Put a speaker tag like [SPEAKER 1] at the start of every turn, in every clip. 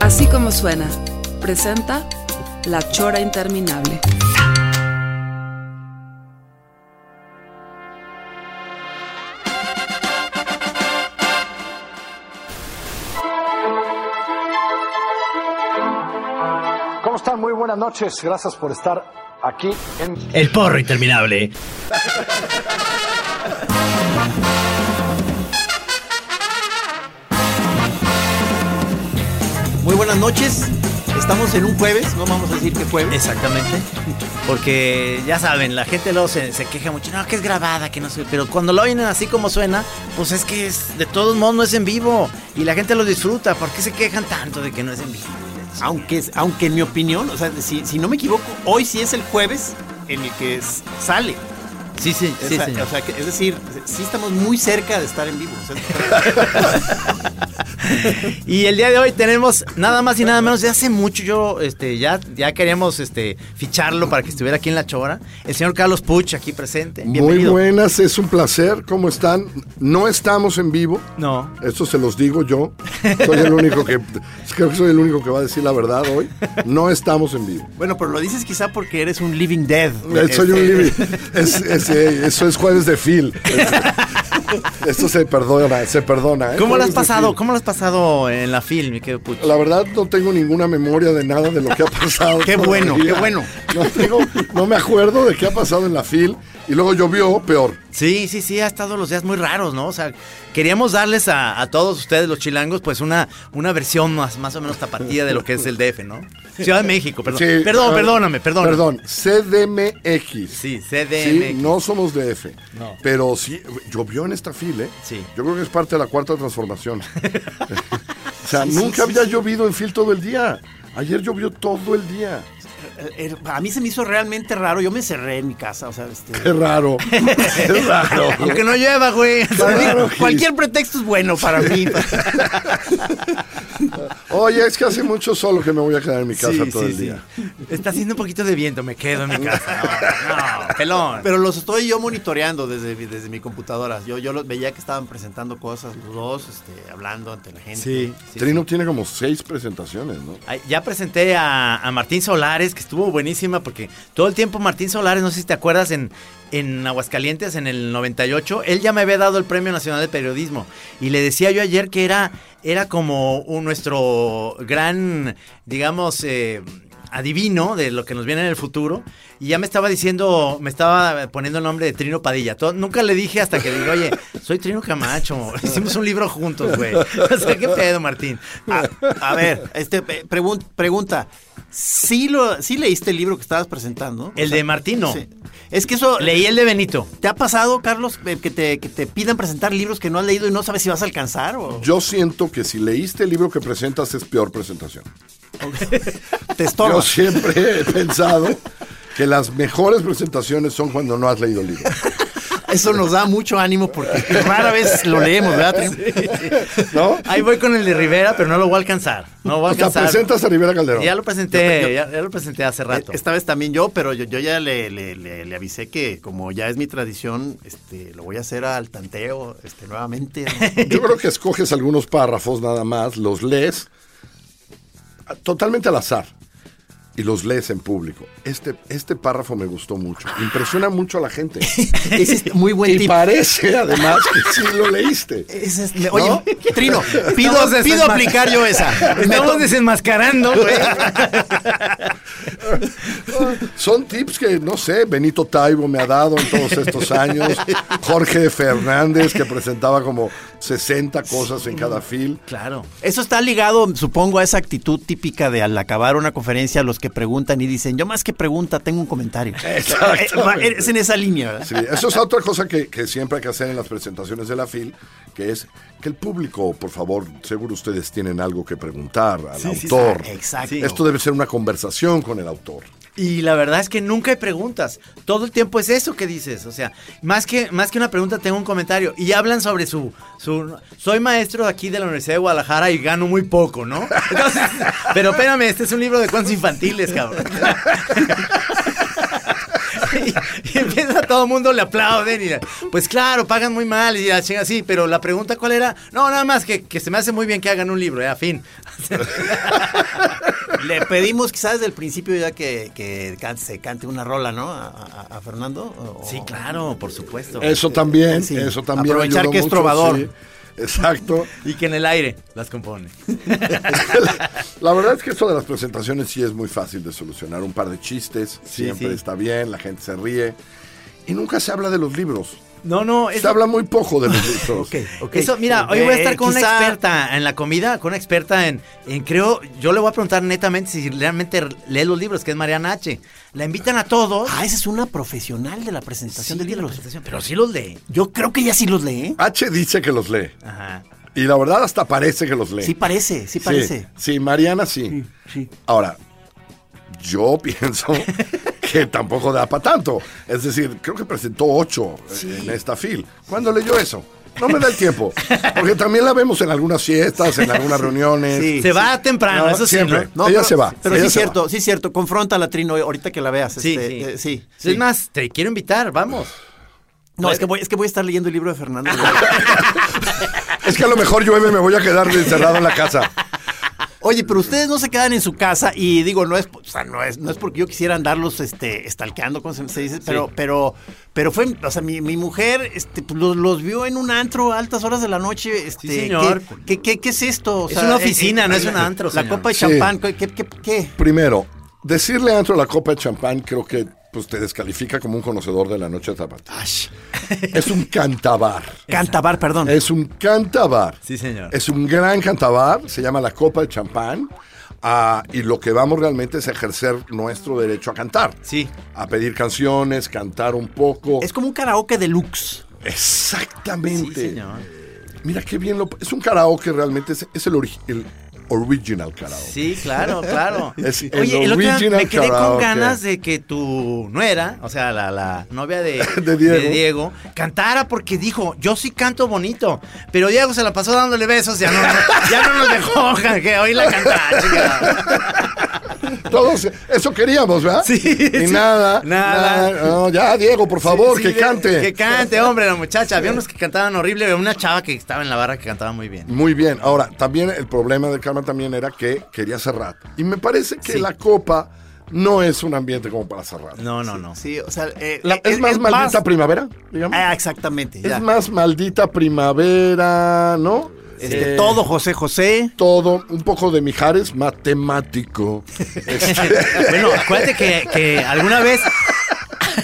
[SPEAKER 1] Así como suena, presenta La Chora Interminable.
[SPEAKER 2] ¿Cómo están? Muy buenas noches. Gracias por estar aquí en
[SPEAKER 3] El porro interminable.
[SPEAKER 4] Muy buenas noches. Estamos en un jueves, no vamos a decir que jueves.
[SPEAKER 3] Exactamente. Porque ya saben, la gente luego se, se queja mucho. No, que es grabada, que no sé. Pero cuando lo oyen así como suena, pues es que es, de todos modos no es en vivo. Y la gente lo disfruta. ¿Por qué se quejan tanto de que no es en vivo?
[SPEAKER 4] Aunque, es- aunque en mi opinión, o sea, si, si no me equivoco, hoy sí es el jueves en el que s- sale.
[SPEAKER 3] Sí, sí, sí,
[SPEAKER 4] Esa-
[SPEAKER 3] señor.
[SPEAKER 4] o sea, que- es decir, sí estamos muy cerca de estar en vivo. o sea,
[SPEAKER 3] Y el día de hoy tenemos nada más y nada menos. De hace mucho yo, este, ya, ya queríamos este, ficharlo para que estuviera aquí en la chora. El señor Carlos Puch aquí presente.
[SPEAKER 5] Muy
[SPEAKER 3] Bienvenido.
[SPEAKER 5] buenas, es un placer. ¿Cómo están? No estamos en vivo.
[SPEAKER 3] No.
[SPEAKER 5] Esto se los digo yo. Soy el único que creo que soy el único que va a decir la verdad hoy. No estamos en vivo.
[SPEAKER 4] bueno, pero lo dices quizá porque eres un living dead.
[SPEAKER 5] Eh, Soy un
[SPEAKER 4] Este,
[SPEAKER 5] libre. Es- es- eh, eso es jueves de Phil. Esto se perdona, se perdona. ¿eh?
[SPEAKER 3] ¿Cómo lo has
[SPEAKER 5] Jueves de
[SPEAKER 3] pasado?
[SPEAKER 5] Phil.
[SPEAKER 3] ¿Cómo lo has pasado en la film, mi querido Puch?
[SPEAKER 5] La verdad no tengo ninguna memoria de nada de lo que ha pasado.
[SPEAKER 4] Qué bueno,
[SPEAKER 5] todavía.
[SPEAKER 4] qué bueno.
[SPEAKER 5] No, tengo- no me acuerdo de qué ha pasado en la fil y luego llovió, peor.
[SPEAKER 3] Sí, sí, sí, ha estado los días muy raros, ¿no? O sea, queríamos darles a, a todos ustedes, los chilangos, pues una, una versión más, más o menos tapatía de lo que es el DF, ¿no? Ciudad de México, perdón.
[SPEAKER 5] Sí,
[SPEAKER 3] perdón,
[SPEAKER 5] ah,
[SPEAKER 3] perdóname, perdón.
[SPEAKER 5] Perdón, CDMX.
[SPEAKER 3] Sí,
[SPEAKER 5] Sí,
[SPEAKER 3] CDMX.
[SPEAKER 5] no somos DF.
[SPEAKER 3] No.
[SPEAKER 5] Pero sí, llovió en esta fila, ¿eh?
[SPEAKER 3] Sí.
[SPEAKER 5] Yo creo que es parte de la cuarta transformación. o sea, nunca había llovido en fil todo el día. Ayer llovió todo el día.
[SPEAKER 4] eh, eh, a mí se me hizo realmente raro. Yo me encerré en mi casa. O sea, este,
[SPEAKER 5] Qué raro. Qué raro.
[SPEAKER 3] Aunque no llueva, güey.
[SPEAKER 5] Claro que-
[SPEAKER 4] cualquier pretexto es bueno para mí.
[SPEAKER 5] Oye, es que hace mucho solo que me voy a quedar en mi casa todo el día.
[SPEAKER 3] Está haciendo un poquito de viento, me quedo en mi casa. No, no, pelón.
[SPEAKER 4] Pero los estoy yo monitoreando desde, mi- desde mi computadora. Yo, yo los veía que estaban presentando cosas, los dos, este, hablando ante la gente.
[SPEAKER 3] sí, sí, sí.
[SPEAKER 5] Trino tiene como seis presentaciones, ¿no?
[SPEAKER 3] Ay, Ya presenté a, a Martín Solares, que estuvo buenísima, porque todo el tiempo Martín Solares, no sé si te acuerdas, en, en Aguascalientes, en el 98, él ya me había dado el Premio Nacional de Periodismo. Y le decía yo ayer que era, era como un- nuestro gran, digamos, eh, adivino de lo que nos viene en el futuro. Y ya me estaba diciendo, me estaba poniendo el nombre de Trino Padilla. To- nunca le dije hasta que le digo, oye, soy Trino Camacho. Hicimos un libro juntos, güey. O sea, qué pedo, Martín.
[SPEAKER 4] A, a ver, este, pe- pregun- pregunta. ¿Sí, lo, ¿Sí leíste el libro que estabas presentando?
[SPEAKER 3] El de Martín, no.
[SPEAKER 4] Sí. Es que eso.
[SPEAKER 3] Leí el de Benito.
[SPEAKER 4] ¿Te ha pasado, Carlos, eh, que te, que te pidan presentar libros que no has leído y no sabes si vas a alcanzar? O
[SPEAKER 5] Yo siento que si leíste el libro que presentas es peor presentación.
[SPEAKER 4] te
[SPEAKER 5] Yo
[SPEAKER 4] estorba.
[SPEAKER 5] siempre he pensado que las mejores presentaciones son cuando no has leído el libro.
[SPEAKER 4] Eso nos da mucho ánimo porque rara vez lo leemos, ¿verdad?
[SPEAKER 5] ¿No?
[SPEAKER 3] Ahí voy con el de Rivera, pero no lo voy a alcanzar. No lo voy a
[SPEAKER 5] O sea,
[SPEAKER 3] alcanzar.
[SPEAKER 5] presentas a Rivera Calderón.
[SPEAKER 3] Ya lo presenté, ya, ya lo presenté
[SPEAKER 5] Eh,
[SPEAKER 3] hace rato.
[SPEAKER 5] este,
[SPEAKER 4] Esta vez también yo, pero yo, yo ya le, le- le- le avisé que como ya es mi tradición, este, lo voy a hacer al tanteo este, nuevamente. ¿no?
[SPEAKER 5] Yo creo que escoges algunos párrafos nada más, los lees a- totalmente al azar y los lees en público. Este, este párrafo me gustó mucho. Impresiona mucho a la gente.
[SPEAKER 4] Ese es muy buen
[SPEAKER 5] Y
[SPEAKER 4] tip.
[SPEAKER 5] parece además que sí lo leíste.
[SPEAKER 4] Ese
[SPEAKER 5] este?
[SPEAKER 4] es- le- oye, Trino, pido,
[SPEAKER 3] Estamos
[SPEAKER 4] pido
[SPEAKER 3] desenmascar-
[SPEAKER 4] aplicar yo esa. Me
[SPEAKER 3] Estamos
[SPEAKER 4] to-
[SPEAKER 3] desenmascarando, güey.
[SPEAKER 5] Son tips que, no sé, Benito Taibo me ha dado en todos estos años. Jorge Fernández, que presentaba como 60 cosas en cada fil.
[SPEAKER 3] Claro.
[SPEAKER 4] Eso está ligado, supongo, a esa actitud típica de al acabar una conferencia, los que preguntan y dicen, yo más que pregunta, tengo un comentario.
[SPEAKER 5] Exactamente.
[SPEAKER 4] Eh, va- Es en esa línea, ¿verdad?
[SPEAKER 5] Sí, eso es otra cosa que, que siempre hay que hacer en las presentaciones de la FIL, que es que el público, por favor, seguro ustedes tienen algo que preguntar al
[SPEAKER 4] sí,
[SPEAKER 5] autor.
[SPEAKER 4] sí, exacto.
[SPEAKER 5] Esto debe ser una conversación con el autor.
[SPEAKER 3] Y la verdad es que nunca hay preguntas. Todo el tiempo es eso que dices. O sea, más que, más que una pregunta, tengo un comentario. Y hablan sobre su, su. Soy maestro aquí de la Universidad de Guadalajara y gano muy poco, ¿no? Entonces, pero espérame, este es un libro de cuentos infantiles, cabrón. Y, y empieza todo el mundo, le aplauden y pues claro, pagan muy mal y la chinga, sí, pero la pregunta cuál era, no, nada más que, que se me hace muy bien que hagan un libro, eh, a fin.
[SPEAKER 4] Le pedimos quizás desde el principio ya que, que can- se cante una rola, ¿no? A, a- a Fernando. o-
[SPEAKER 3] Sí, claro, por supuesto.
[SPEAKER 5] Eso también,
[SPEAKER 4] Sí.
[SPEAKER 5] eso también.
[SPEAKER 4] Aprovechar
[SPEAKER 5] ayudó
[SPEAKER 4] que es trovador.
[SPEAKER 5] sí. Exacto.
[SPEAKER 3] Y que en el aire las compone.
[SPEAKER 5] La verdad es que esto de las presentaciones sí es muy fácil de solucionar. Un par de chistes, siempre
[SPEAKER 3] sí.
[SPEAKER 5] está bien, la gente se ríe. Y nunca se habla de los libros.
[SPEAKER 3] No, no,
[SPEAKER 5] Se
[SPEAKER 3] eso,
[SPEAKER 5] habla muy poco de los libros.
[SPEAKER 4] ok.
[SPEAKER 3] eso, mira, hoy voy a estar con una
[SPEAKER 4] Quizá-
[SPEAKER 3] experta en la comida, con una experta en, en, creo, yo le voy a preguntar netamente si realmente lee los libros, que es Mariana H. La invitan a todos.
[SPEAKER 4] Ah, esa es una profesional de la presentación de
[SPEAKER 3] Sí, la
[SPEAKER 4] libros.
[SPEAKER 3] presentación, pero sí los lee.
[SPEAKER 4] Yo creo que ella sí los lee. ¿eh?
[SPEAKER 5] H dice que los lee.
[SPEAKER 3] Ajá.
[SPEAKER 5] Y la verdad hasta parece que los lee.
[SPEAKER 4] Sí parece, sí
[SPEAKER 5] Sí,
[SPEAKER 4] parece.
[SPEAKER 5] Sí, Mariana sí.
[SPEAKER 4] sí.
[SPEAKER 5] Ahora, yo pienso que tampoco da para tanto. Es decir, creo que presentó ocho eh, en esta fil. ¿Cuándo leyó eso? No me da el tiempo. Porque también la vemos en algunas fiestas, en algunas reuniones.
[SPEAKER 4] Sí.
[SPEAKER 3] Se va temprano,
[SPEAKER 5] No,
[SPEAKER 3] eso sí,
[SPEAKER 5] siempre.
[SPEAKER 3] ¿no?
[SPEAKER 5] No, Ella se va,
[SPEAKER 4] Pero
[SPEAKER 5] ella
[SPEAKER 4] sí es
[SPEAKER 5] se
[SPEAKER 4] cierto, sí es cierto. Confronta a la Trino eh, ahorita que la veas.
[SPEAKER 3] Sí,
[SPEAKER 4] este,
[SPEAKER 3] sí.
[SPEAKER 4] eh, sí,
[SPEAKER 3] Es más, pues, te quiero invitar, vamos.
[SPEAKER 4] No, es que, voy, es que voy a estar leyendo el libro de Fernando.
[SPEAKER 5] Es que a lo mejor llueve, me voy a quedar encerrado en la casa.
[SPEAKER 4] Oye, pero ustedes no se quedan en su casa y digo, no es, o sea, no es, no es porque yo quisiera andarlos este, estalqueando, como se, se dice, pero, pero, pero fue, o sea, mi, mi mujer este, pues, los, los vio en un antro a altas horas de la noche. Este,
[SPEAKER 3] señor.
[SPEAKER 4] ¿qué, qué, qué, qué es esto? O eh,
[SPEAKER 3] Es una oficina, no es un antro,
[SPEAKER 4] La
[SPEAKER 3] señor.
[SPEAKER 4] copa de
[SPEAKER 5] Sí.
[SPEAKER 4] champán, ¿qué, qué, qué, qué?
[SPEAKER 5] Primero, decirle antro a la copa de champán creo que pues, te descalifica como un conocedor de la noche zapata. Es un cantabar.
[SPEAKER 4] Cantabar, perdón.
[SPEAKER 5] Es un cantabar.
[SPEAKER 3] Sí, señor.
[SPEAKER 5] Es un gran cantabar. Se llama la Copa de Champán. Ah, y lo que vamos realmente es ejercer nuestro derecho a cantar.
[SPEAKER 3] Sí.
[SPEAKER 5] A pedir canciones, cantar un poco.
[SPEAKER 4] Es como un karaoke deluxe.
[SPEAKER 5] Exactamente.
[SPEAKER 3] Sí, señor.
[SPEAKER 5] Mira qué bien lo. Es un karaoke realmente. Es, es el, ori- el original karaoke.
[SPEAKER 3] Sí, claro, claro.
[SPEAKER 5] Es el
[SPEAKER 3] Oye, el otro día
[SPEAKER 5] original
[SPEAKER 3] me quedé con
[SPEAKER 5] karaoke.
[SPEAKER 3] ganas de que tu nuera, o sea, la, la novia de,
[SPEAKER 5] De Diego.
[SPEAKER 3] Diego, cantara porque dijo, yo sí canto bonito, pero Diego se la pasó dándole besos, ya no, ya no nos dejó ja, que oírla cantar, chica.
[SPEAKER 5] Todos, eso queríamos, ¿verdad?
[SPEAKER 3] Sí,
[SPEAKER 5] Y
[SPEAKER 3] sí.
[SPEAKER 5] nada.
[SPEAKER 3] Nada.
[SPEAKER 5] no, ya, Diego, por favor,
[SPEAKER 3] Sí,
[SPEAKER 5] que
[SPEAKER 3] de-
[SPEAKER 5] cante.
[SPEAKER 3] Que cante, hombre, la muchacha. Había unos que cantaban horrible, había una chava que estaba en la barra que cantaba muy bien.
[SPEAKER 5] Muy bien. Ahora, también el problema de Carmen también era que quería cerrar. Y me parece que la copa no es un ambiente como para cerrar.
[SPEAKER 3] No, no, no.
[SPEAKER 4] Sí, o sea, eh,
[SPEAKER 5] La-
[SPEAKER 4] eh,
[SPEAKER 5] es, más maldita primavera, digamos.
[SPEAKER 4] Ah, exactamente. ya.
[SPEAKER 5] es más maldita primavera, ¿no? Eh,
[SPEAKER 4] Este, todo José José.
[SPEAKER 5] Todo, un poco de Mijares, matemático.
[SPEAKER 3] Bueno, acuérdate que, que alguna vez.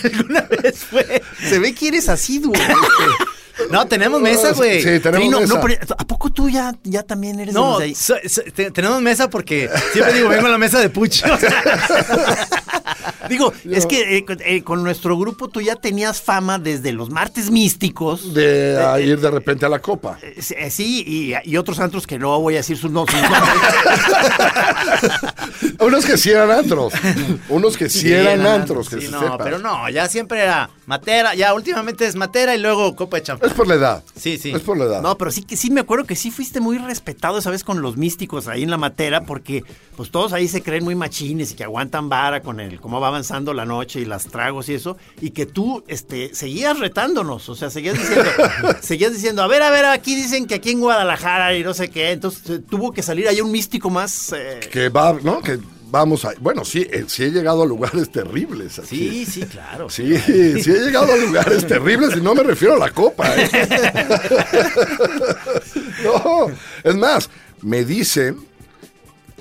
[SPEAKER 3] Alguna vez fue.
[SPEAKER 4] Se ve que eres asiduo. este.
[SPEAKER 3] No, tenemos mesa, güey.
[SPEAKER 5] Sí, tenemos
[SPEAKER 4] Trino,
[SPEAKER 5] mesa.
[SPEAKER 4] no, pero, ¿A poco tú ya, ya también eres de
[SPEAKER 3] No,
[SPEAKER 4] los de ahí?
[SPEAKER 3] so- so- te- tenemos mesa porque siempre digo, vengo a la mesa de Pucho.
[SPEAKER 4] Digo, es que eh, con- eh, con nuestro grupo tú ya tenías fama desde los martes místicos.
[SPEAKER 5] De a ir de repente a la copa.
[SPEAKER 4] Eh, sí, eh, Sí, y, y otros antros que no voy a decir sus, no- sus nombres.
[SPEAKER 3] eh.
[SPEAKER 5] Unos que sí eran antros. Unos que sí, eran antros, que
[SPEAKER 3] Sí,
[SPEAKER 5] se
[SPEAKER 3] no,
[SPEAKER 5] sepa.
[SPEAKER 3] pero no, ya siempre era matera, ya últimamente es matera y luego copa de champán.
[SPEAKER 5] Es por la edad.
[SPEAKER 3] Sí, sí.
[SPEAKER 5] Es por la edad.
[SPEAKER 4] No, pero sí que sí me acuerdo que sí fuiste muy respetado esa vez con los místicos ahí en la matera, porque pues todos ahí se creen muy machines y que aguantan vara con el cómo va avanzando la noche y las tragos y eso, y que tú este seguías retándonos, o sea, seguías diciendo, seguías diciendo, a ver, a ver, aquí dicen que aquí en Guadalajara y no sé qué, entonces eh, tuvo que salir ahí un místico más eh,
[SPEAKER 5] Que va, ¿no? Que vamos a. Bueno, sí, eh, sí he llegado a lugares terribles. así.
[SPEAKER 3] Sí, sí, claro.
[SPEAKER 5] Sí, sí he llegado a lugares terribles y no me refiero a la copa. ¿eh? no, es más, me dicen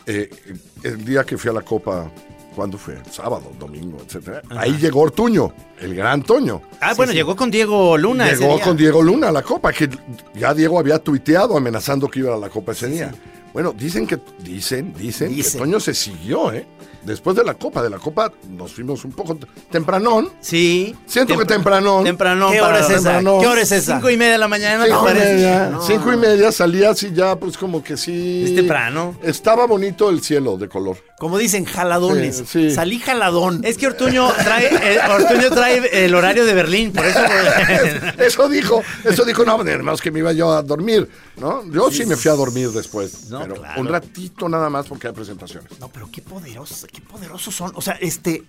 [SPEAKER 5] eh, el día que fui a la copa ¿Cuándo fue? El sábado, domingo, etcétera. Ahí llegó Ortuño, el gran Toño.
[SPEAKER 3] Ah, bueno, llegó con Diego Luna. ese
[SPEAKER 5] Llegó
[SPEAKER 3] día.
[SPEAKER 5] con Diego Luna a la Copa, que ya Diego había tuiteado amenazando que iba a la Copa ese día. Bueno, dicen que, dicen, dicen, que
[SPEAKER 4] Dicen.
[SPEAKER 5] Toño se siguió, ¿eh? Después de la Copa, de la Copa nos fuimos un poco tempranón.
[SPEAKER 3] Sí.
[SPEAKER 5] Siento que tempranón.
[SPEAKER 3] Temprano.
[SPEAKER 4] ¿Qué hora es esa?
[SPEAKER 5] Temprano.
[SPEAKER 4] ¿Qué hora es esa?
[SPEAKER 3] Cinco y media de la mañana, ¿te
[SPEAKER 5] Cinco y,
[SPEAKER 3] parece?
[SPEAKER 5] media,
[SPEAKER 3] No.
[SPEAKER 5] cinco y media salía así ya, pues como que sí.
[SPEAKER 3] Es temprano.
[SPEAKER 5] Estaba bonito el cielo de color.
[SPEAKER 4] Como dicen, jaladones.
[SPEAKER 5] Sí, sí.
[SPEAKER 4] Salí jaladón.
[SPEAKER 3] Es que Ortuño trae, el, Ortuño trae el horario de Berlín, por eso.
[SPEAKER 5] Eso dijo, eso dijo, no, hermanos, que me iba yo a dormir, ¿no? Yo sí me fui a dormir después,
[SPEAKER 3] No,
[SPEAKER 5] pero
[SPEAKER 3] claro.
[SPEAKER 5] un ratito nada más porque hay presentaciones.
[SPEAKER 4] No, pero qué poderosos, qué poderosos son. O sea, este.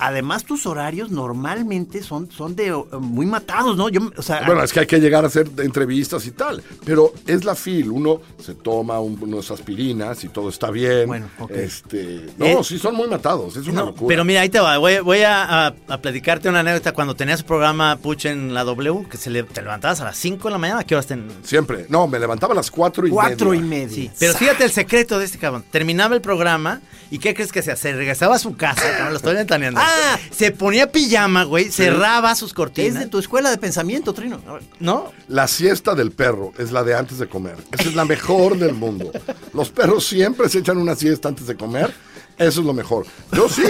[SPEAKER 4] Además, tus horarios normalmente son, son de eh, muy matados, ¿no? Yo, o sea,
[SPEAKER 5] Ah, Bueno, es que hay que llegar a hacer entrevistas y tal, pero es la fil, uno se toma un- unas aspirinas y todo está bien.
[SPEAKER 4] Bueno, ok.
[SPEAKER 5] este, no,
[SPEAKER 3] Eh,
[SPEAKER 5] sí son muy matados, es una
[SPEAKER 3] No,
[SPEAKER 5] locura.
[SPEAKER 3] pero mira, ahí te va. Voy, voy a, a- a platicarte una anécdota. Cuando tenías programa Puch en la W, que se le- te levantabas a las 5 de la mañana, ¿a ¿qué horas ten-
[SPEAKER 5] Siempre, no, me levantaba a las cuatro y
[SPEAKER 4] cuatro
[SPEAKER 5] media.
[SPEAKER 4] y media.
[SPEAKER 3] Sí, pero fíjate el secreto de este cabrón. Terminaba el programa y ¿qué crees que se hace? Regresaba a su casa, cabrón, lo estoy ventaneando.
[SPEAKER 4] Ah.
[SPEAKER 3] Se ponía pijama, güey, cerraba sus
[SPEAKER 4] Es
[SPEAKER 3] cortinas. Ah.
[SPEAKER 4] de tu escuela de pensamiento, Trino. A ver.
[SPEAKER 3] ¿No?
[SPEAKER 5] La siesta del perro es la de antes de comer. Esa es la mejor del mundo. Los perros siempre se echan una siesta antes de comer. Eso es lo mejor. Yo sí.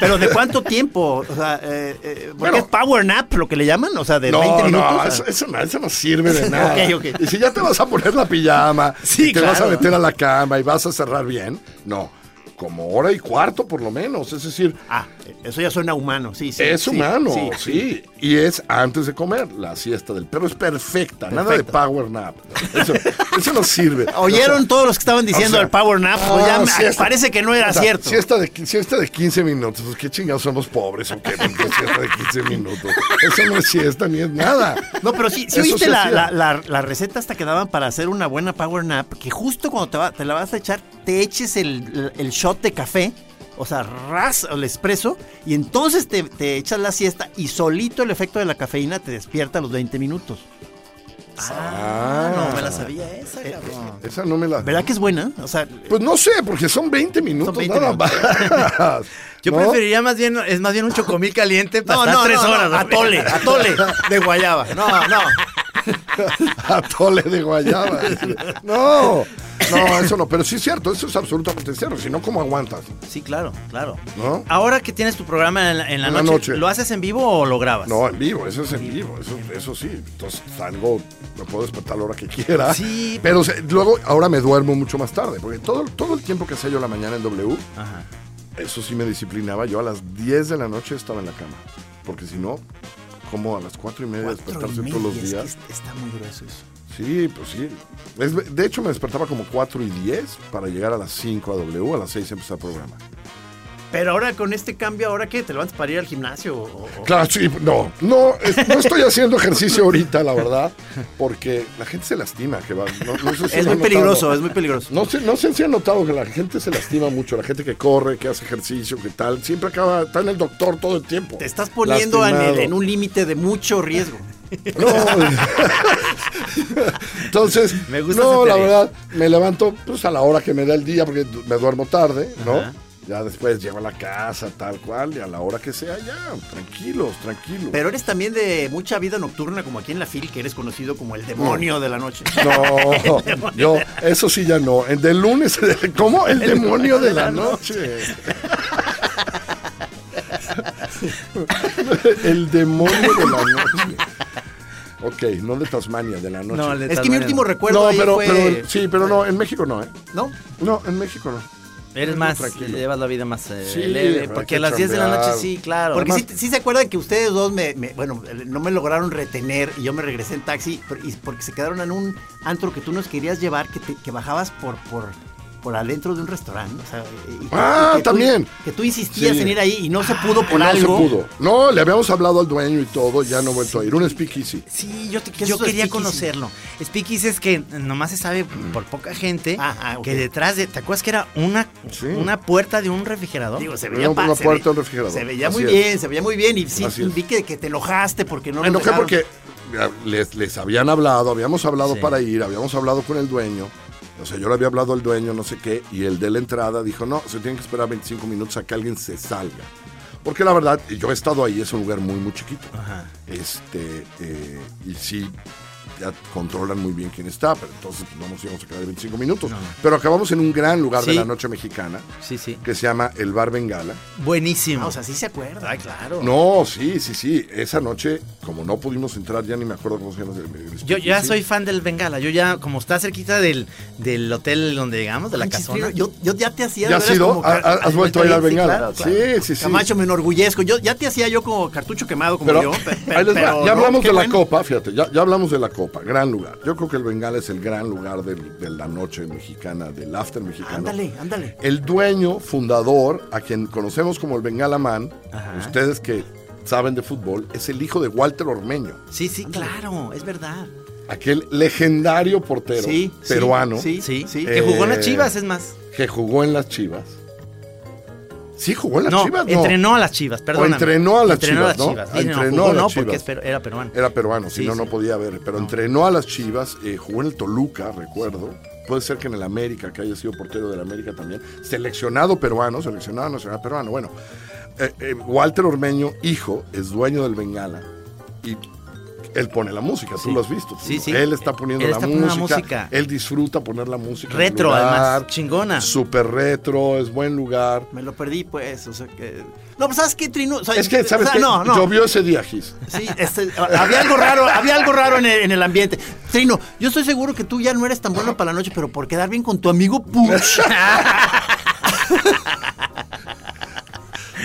[SPEAKER 4] Pero ¿de cuánto tiempo? O sea, eh, eh, porque
[SPEAKER 5] Bueno.
[SPEAKER 4] es power nap lo que le llaman, o sea, de
[SPEAKER 5] No,
[SPEAKER 4] 20 minutos.
[SPEAKER 5] no,
[SPEAKER 4] a-
[SPEAKER 5] eso, eso no, eso no sirve de nada.
[SPEAKER 4] Ok, ok.
[SPEAKER 5] Y si ya te vas a poner la pijama,
[SPEAKER 3] Sí,
[SPEAKER 5] y te vas a
[SPEAKER 3] claro.
[SPEAKER 5] meter a la cama y vas a cerrar bien, no, como hora y cuarto por lo menos. Es decir,
[SPEAKER 4] Ah, eso ya suena humano, sí, sí.
[SPEAKER 5] es
[SPEAKER 4] sí,
[SPEAKER 5] humano,
[SPEAKER 4] sí.
[SPEAKER 5] sí, Y es antes de comer. La siesta del perro es perfecta. Nada de power nap. Eso, eso no sirve.
[SPEAKER 4] Oyeron todos los que estaban diciendo
[SPEAKER 5] O sea,
[SPEAKER 4] el power nap, pues
[SPEAKER 5] ah,
[SPEAKER 4] ya me-
[SPEAKER 5] siesta.
[SPEAKER 4] parece que no era
[SPEAKER 5] O sea,
[SPEAKER 4] cierto.
[SPEAKER 5] Siesta de, qui- siesta de 15 minutos. Pues, ¿Qué chingados somos pobres o qué? Porque siesta de 15 minutos. Eso no es siesta ni es nada.
[SPEAKER 4] No, pero sí, sí
[SPEAKER 5] Eso
[SPEAKER 4] oíste
[SPEAKER 5] se
[SPEAKER 4] la,
[SPEAKER 5] hacía.
[SPEAKER 4] la- la- la receta hasta que daban para hacer una buena power nap, que justo cuando te, va- te la vas a echar, te eches el, el shot de café, o sea, ras o el espresso, y entonces te, te echas la siesta y solito el efecto de la cafeína te despierta a los 20 minutos.
[SPEAKER 5] Ah,
[SPEAKER 3] No me la sabía esa, cabrón.
[SPEAKER 5] Esa no me la.
[SPEAKER 4] ¿Verdad que es buena? O sea,
[SPEAKER 5] Pues no sé, porque son 20 minutos
[SPEAKER 4] 20
[SPEAKER 5] nada más.
[SPEAKER 3] Yo
[SPEAKER 5] ¿No?
[SPEAKER 3] preferiría más bien, es más bien un chocomil caliente para
[SPEAKER 4] no,
[SPEAKER 3] estar
[SPEAKER 4] no,
[SPEAKER 3] tres
[SPEAKER 4] no,
[SPEAKER 3] horas.
[SPEAKER 4] no, atole, atole de guayaba. No, no.
[SPEAKER 5] Atole de guayaba. No, no, eso no. Pero sí es cierto, eso es absolutamente cierto. Si no, ¿cómo aguantas?
[SPEAKER 3] Sí, claro, claro.
[SPEAKER 5] ¿No?
[SPEAKER 3] Ahora que tienes tu programa en la, en la
[SPEAKER 5] En la
[SPEAKER 3] noche,
[SPEAKER 5] noche.
[SPEAKER 3] ¿lo haces en vivo o lo grabas?
[SPEAKER 5] No, en vivo, eso es en vivo, eso, eso sí. Entonces salgo, me puedo despertar a la hora que quiera.
[SPEAKER 3] Sí.
[SPEAKER 5] Pero se- luego, ahora me duermo mucho más tarde, porque todo, todo el tiempo que hacía yo la mañana en W,
[SPEAKER 3] Ajá.
[SPEAKER 5] eso sí me disciplinaba. Yo a las 10 de la noche estaba en la cama, porque si no, como a las 4 y media
[SPEAKER 4] Cuatro y
[SPEAKER 5] despertarse
[SPEAKER 4] media,
[SPEAKER 5] todos los
[SPEAKER 4] es que
[SPEAKER 5] días.
[SPEAKER 4] es- está muy grueso eso.
[SPEAKER 5] Sí, pues sí. Es- de hecho, me despertaba como 4 y 10 para llegar a las 5 a W, a las 6 empezar el programa.
[SPEAKER 4] Pero ahora con este cambio, ¿ahora qué? ¿Te levantas para ir al gimnasio? o- o-
[SPEAKER 5] Claro, sí, no, no, es- no estoy haciendo ejercicio ahorita, la verdad, porque la gente se lastima, que va, no, Pues no sé si
[SPEAKER 4] Es
[SPEAKER 5] lo
[SPEAKER 4] muy
[SPEAKER 5] han
[SPEAKER 4] peligroso,
[SPEAKER 5] notado.
[SPEAKER 4] es muy peligroso.
[SPEAKER 5] No sé, no sé si han notado que la gente se lastima mucho, la gente que corre, que hace ejercicio, que tal, siempre acaba, está en el doctor todo el tiempo.
[SPEAKER 4] Te estás poniendo en,
[SPEAKER 5] Lastimado.
[SPEAKER 4] en un límite de mucho riesgo.
[SPEAKER 5] No. Entonces,
[SPEAKER 3] Me gusta
[SPEAKER 5] no,
[SPEAKER 3] esa
[SPEAKER 5] la
[SPEAKER 3] teoría.
[SPEAKER 5] verdad, me levanto pues a la hora que me da el día porque du- me duermo tarde, ¿no? Ya después llego a la casa, tal cual, y a la hora que sea, ya, tranquilos, tranquilos.
[SPEAKER 4] Pero eres también de mucha vida nocturna, como aquí en la FIL, que eres conocido como el demonio de la noche.
[SPEAKER 5] No, yo, eso sí ya no. El del lunes, ¿cómo? El demonio de la noche. El demonio de la noche. Ok, no de Tasmania, de la noche.
[SPEAKER 3] No, de
[SPEAKER 4] Es que
[SPEAKER 3] Tasmania
[SPEAKER 4] mi
[SPEAKER 3] no.
[SPEAKER 4] último recuerdo
[SPEAKER 5] No,
[SPEAKER 4] ahí
[SPEAKER 5] pero,
[SPEAKER 4] fue...
[SPEAKER 5] pero- sí, pero no, en México no, ¿eh?
[SPEAKER 4] ¿No?
[SPEAKER 5] No, en México no.
[SPEAKER 3] Eres más,
[SPEAKER 5] tranquilo.
[SPEAKER 3] llevas la vida más eh,
[SPEAKER 5] Sí,
[SPEAKER 3] leve,
[SPEAKER 5] hay
[SPEAKER 3] porque
[SPEAKER 5] que
[SPEAKER 3] a las 10 de la
[SPEAKER 5] chambear.
[SPEAKER 3] noche sí, claro.
[SPEAKER 4] Porque sí,
[SPEAKER 3] Además,
[SPEAKER 4] sí se acuerdan que ustedes dos me, me- bueno, no me lograron retener y yo me regresé en taxi pero- y porque se quedaron en un antro que tú nos querías llevar, que, te- que bajabas por, por, por adentro de un restaurante. o sea, y- y-
[SPEAKER 5] Ah,
[SPEAKER 4] y que tú-
[SPEAKER 5] también.
[SPEAKER 4] que tú insistías
[SPEAKER 5] Sí. Ah,
[SPEAKER 4] en ir ahí y no se pudo por
[SPEAKER 5] no
[SPEAKER 4] algo.
[SPEAKER 5] se pudo. No, le habíamos hablado al dueño y todo, ya no he vuelto a ir. Un speakeasy.
[SPEAKER 3] sí, yo, te-
[SPEAKER 4] ¿Qué es
[SPEAKER 3] yo
[SPEAKER 4] eso de
[SPEAKER 3] quería
[SPEAKER 4] Speakeasy?
[SPEAKER 3] conocerlo. Speakeasy es que nomás se sabe por poca gente
[SPEAKER 4] Ah, ah, ok.
[SPEAKER 3] que detrás de... ¿Te acuerdas que era una,
[SPEAKER 5] Sí.
[SPEAKER 3] una puerta de un refrigerador?
[SPEAKER 4] Digo, se
[SPEAKER 5] Era
[SPEAKER 4] veía
[SPEAKER 5] una
[SPEAKER 4] pa- se
[SPEAKER 5] puerta,
[SPEAKER 4] ve-
[SPEAKER 5] un refrigerador.
[SPEAKER 4] Se veía
[SPEAKER 5] Así
[SPEAKER 4] muy
[SPEAKER 5] es.
[SPEAKER 4] bien, se veía muy bien. Y sí,
[SPEAKER 5] Así es.
[SPEAKER 4] vi que, que te enojaste porque no
[SPEAKER 5] Me
[SPEAKER 4] nos
[SPEAKER 5] enojé
[SPEAKER 4] dejaron.
[SPEAKER 5] porque ya, les, les habían hablado, habíamos hablado
[SPEAKER 3] Sí.
[SPEAKER 5] para ir, habíamos hablado con el dueño. O sea, yo le había hablado al dueño, no sé qué, y el de la entrada dijo, no, se tienen que esperar 25 minutos a que alguien se salga. Porque la verdad, yo he estado ahí, es un lugar muy, muy chiquito. Este, eh, y sí, ya controlan muy bien quién está, pero entonces pues, no nos íbamos a quedar 25 minutos. Pero acabamos en un gran lugar de
[SPEAKER 3] Sí.
[SPEAKER 5] la noche mexicana,
[SPEAKER 3] Sí, sí.
[SPEAKER 5] que se llama el Bar Bengala.
[SPEAKER 3] Buenísimo.
[SPEAKER 4] Ah, o sea, sí se acuerda. Ay, claro.
[SPEAKER 5] No, sí, sí, sí. Esa noche, como no pudimos entrar, ya ni me acuerdo cómo se llama. el- el- el-
[SPEAKER 3] yo ya
[SPEAKER 5] sí.
[SPEAKER 3] soy fan del Bengala. Yo ya, como está cerquita del, del hotel donde llegamos, de la
[SPEAKER 4] Pinches
[SPEAKER 3] casona.
[SPEAKER 4] frío, Yo, yo ya te hacía.
[SPEAKER 5] ¿Ya
[SPEAKER 4] eras
[SPEAKER 5] has ido?
[SPEAKER 4] como
[SPEAKER 5] ¿Ha-
[SPEAKER 4] car-
[SPEAKER 5] has vuelto a ir al Bengala?
[SPEAKER 4] Sí, claro, claro.
[SPEAKER 5] Sí, sí, sí.
[SPEAKER 4] Camacho, me enorgullezco. Yo ya te hacía yo como cartucho quemado como
[SPEAKER 5] Pero,
[SPEAKER 4] yo. pe- pe-
[SPEAKER 5] ahí les va.
[SPEAKER 4] pero
[SPEAKER 5] ya
[SPEAKER 4] no,
[SPEAKER 5] hablamos
[SPEAKER 4] qué
[SPEAKER 5] de la
[SPEAKER 4] bueno.
[SPEAKER 5] copa, fíjate, ya, ya hablamos de la copa, gran lugar. Yo creo que el Bengala es el gran lugar del- de la noche mexicana, del after mexicano.
[SPEAKER 4] Ándale, ándale.
[SPEAKER 5] El dueño, fundador, a quien conocemos como el Bengala Man, ustedes que saben de fútbol, es el hijo de Walter Ormeño,
[SPEAKER 3] Sí, sí, claro, es verdad.
[SPEAKER 5] aquel legendario portero
[SPEAKER 4] Sí, sí,
[SPEAKER 5] peruano
[SPEAKER 4] sí.
[SPEAKER 3] Sí,
[SPEAKER 4] sí.
[SPEAKER 3] que jugó en las
[SPEAKER 5] Eh,
[SPEAKER 3] Chivas, es más.
[SPEAKER 5] que jugó en las Chivas. Sí, jugó en las
[SPEAKER 3] no,
[SPEAKER 5] Chivas, no.
[SPEAKER 3] entrenó a las Chivas, perdón.
[SPEAKER 5] entrenó a las Chivas, ¿no?
[SPEAKER 3] Sí,
[SPEAKER 5] Entrenó
[SPEAKER 3] jugó
[SPEAKER 5] a
[SPEAKER 3] no,
[SPEAKER 5] las
[SPEAKER 3] porque
[SPEAKER 5] Chivas.
[SPEAKER 3] es peru- era peruano.
[SPEAKER 5] Era peruano, si
[SPEAKER 3] Sí,
[SPEAKER 5] no,
[SPEAKER 3] sí.
[SPEAKER 5] no podía haber. Pero entrenó a las Chivas, eh, jugó en el Toluca, recuerdo. Puede ser que en el América, que haya sido portero del América también. Seleccionado peruano, seleccionado nacional peruano. Bueno, eh, eh, Walter Ormeño, hijo, es dueño del Bengala. Y él pone la música, tú
[SPEAKER 3] Sí.
[SPEAKER 5] lo has visto.
[SPEAKER 3] Sí,
[SPEAKER 5] ¿no?
[SPEAKER 3] sí.
[SPEAKER 5] Él está poniendo,
[SPEAKER 3] Él
[SPEAKER 5] la,
[SPEAKER 3] está
[SPEAKER 5] música,
[SPEAKER 3] poniendo la música.
[SPEAKER 5] Él disfruta poner la música. en el
[SPEAKER 3] Retro,
[SPEAKER 5] lugar.
[SPEAKER 3] además, chingona.
[SPEAKER 5] Súper retro, es buen lugar.
[SPEAKER 4] Me lo perdí, pues. O sea, que... No, pues, ¿sabes qué, Trino? O sea,
[SPEAKER 5] Es que,
[SPEAKER 4] o
[SPEAKER 3] ah,
[SPEAKER 5] ¿sabes
[SPEAKER 4] sea,
[SPEAKER 5] qué?
[SPEAKER 4] No, no.
[SPEAKER 5] Llovió ese día, Gis.
[SPEAKER 4] Sí, este, había algo raro, había algo raro en el, en el ambiente. Trino, yo estoy seguro que tú ya no eres tan bueno para la noche, pero por quedar bien con tu amigo Puch.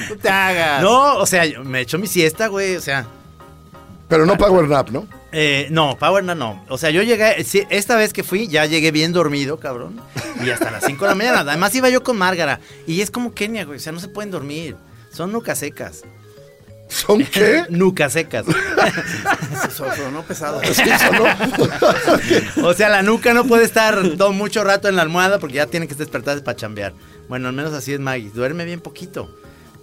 [SPEAKER 4] no te hagas.
[SPEAKER 3] No, o sea, yo- me echó mi siesta, güey, o sea.
[SPEAKER 5] Pero no pagó el rap, ¿no?
[SPEAKER 3] Eh, no, Power no, no. O sea, yo llegué, sí, esta vez que fui, ya llegué bien dormido, cabrón. Y hasta las 5 de la mañana. Además iba yo con Márgara. Y es como Kenia, güey. O sea, no se pueden dormir. Son nucas secas.
[SPEAKER 5] ¿Son qué?
[SPEAKER 3] nucas secas.
[SPEAKER 4] Soso, no pesado.
[SPEAKER 3] O sea, la nuca no puede estar do- mucho rato en la almohada porque ya tiene que despertarse para chambear. Bueno, al menos así es Maggie. Duerme bien poquito.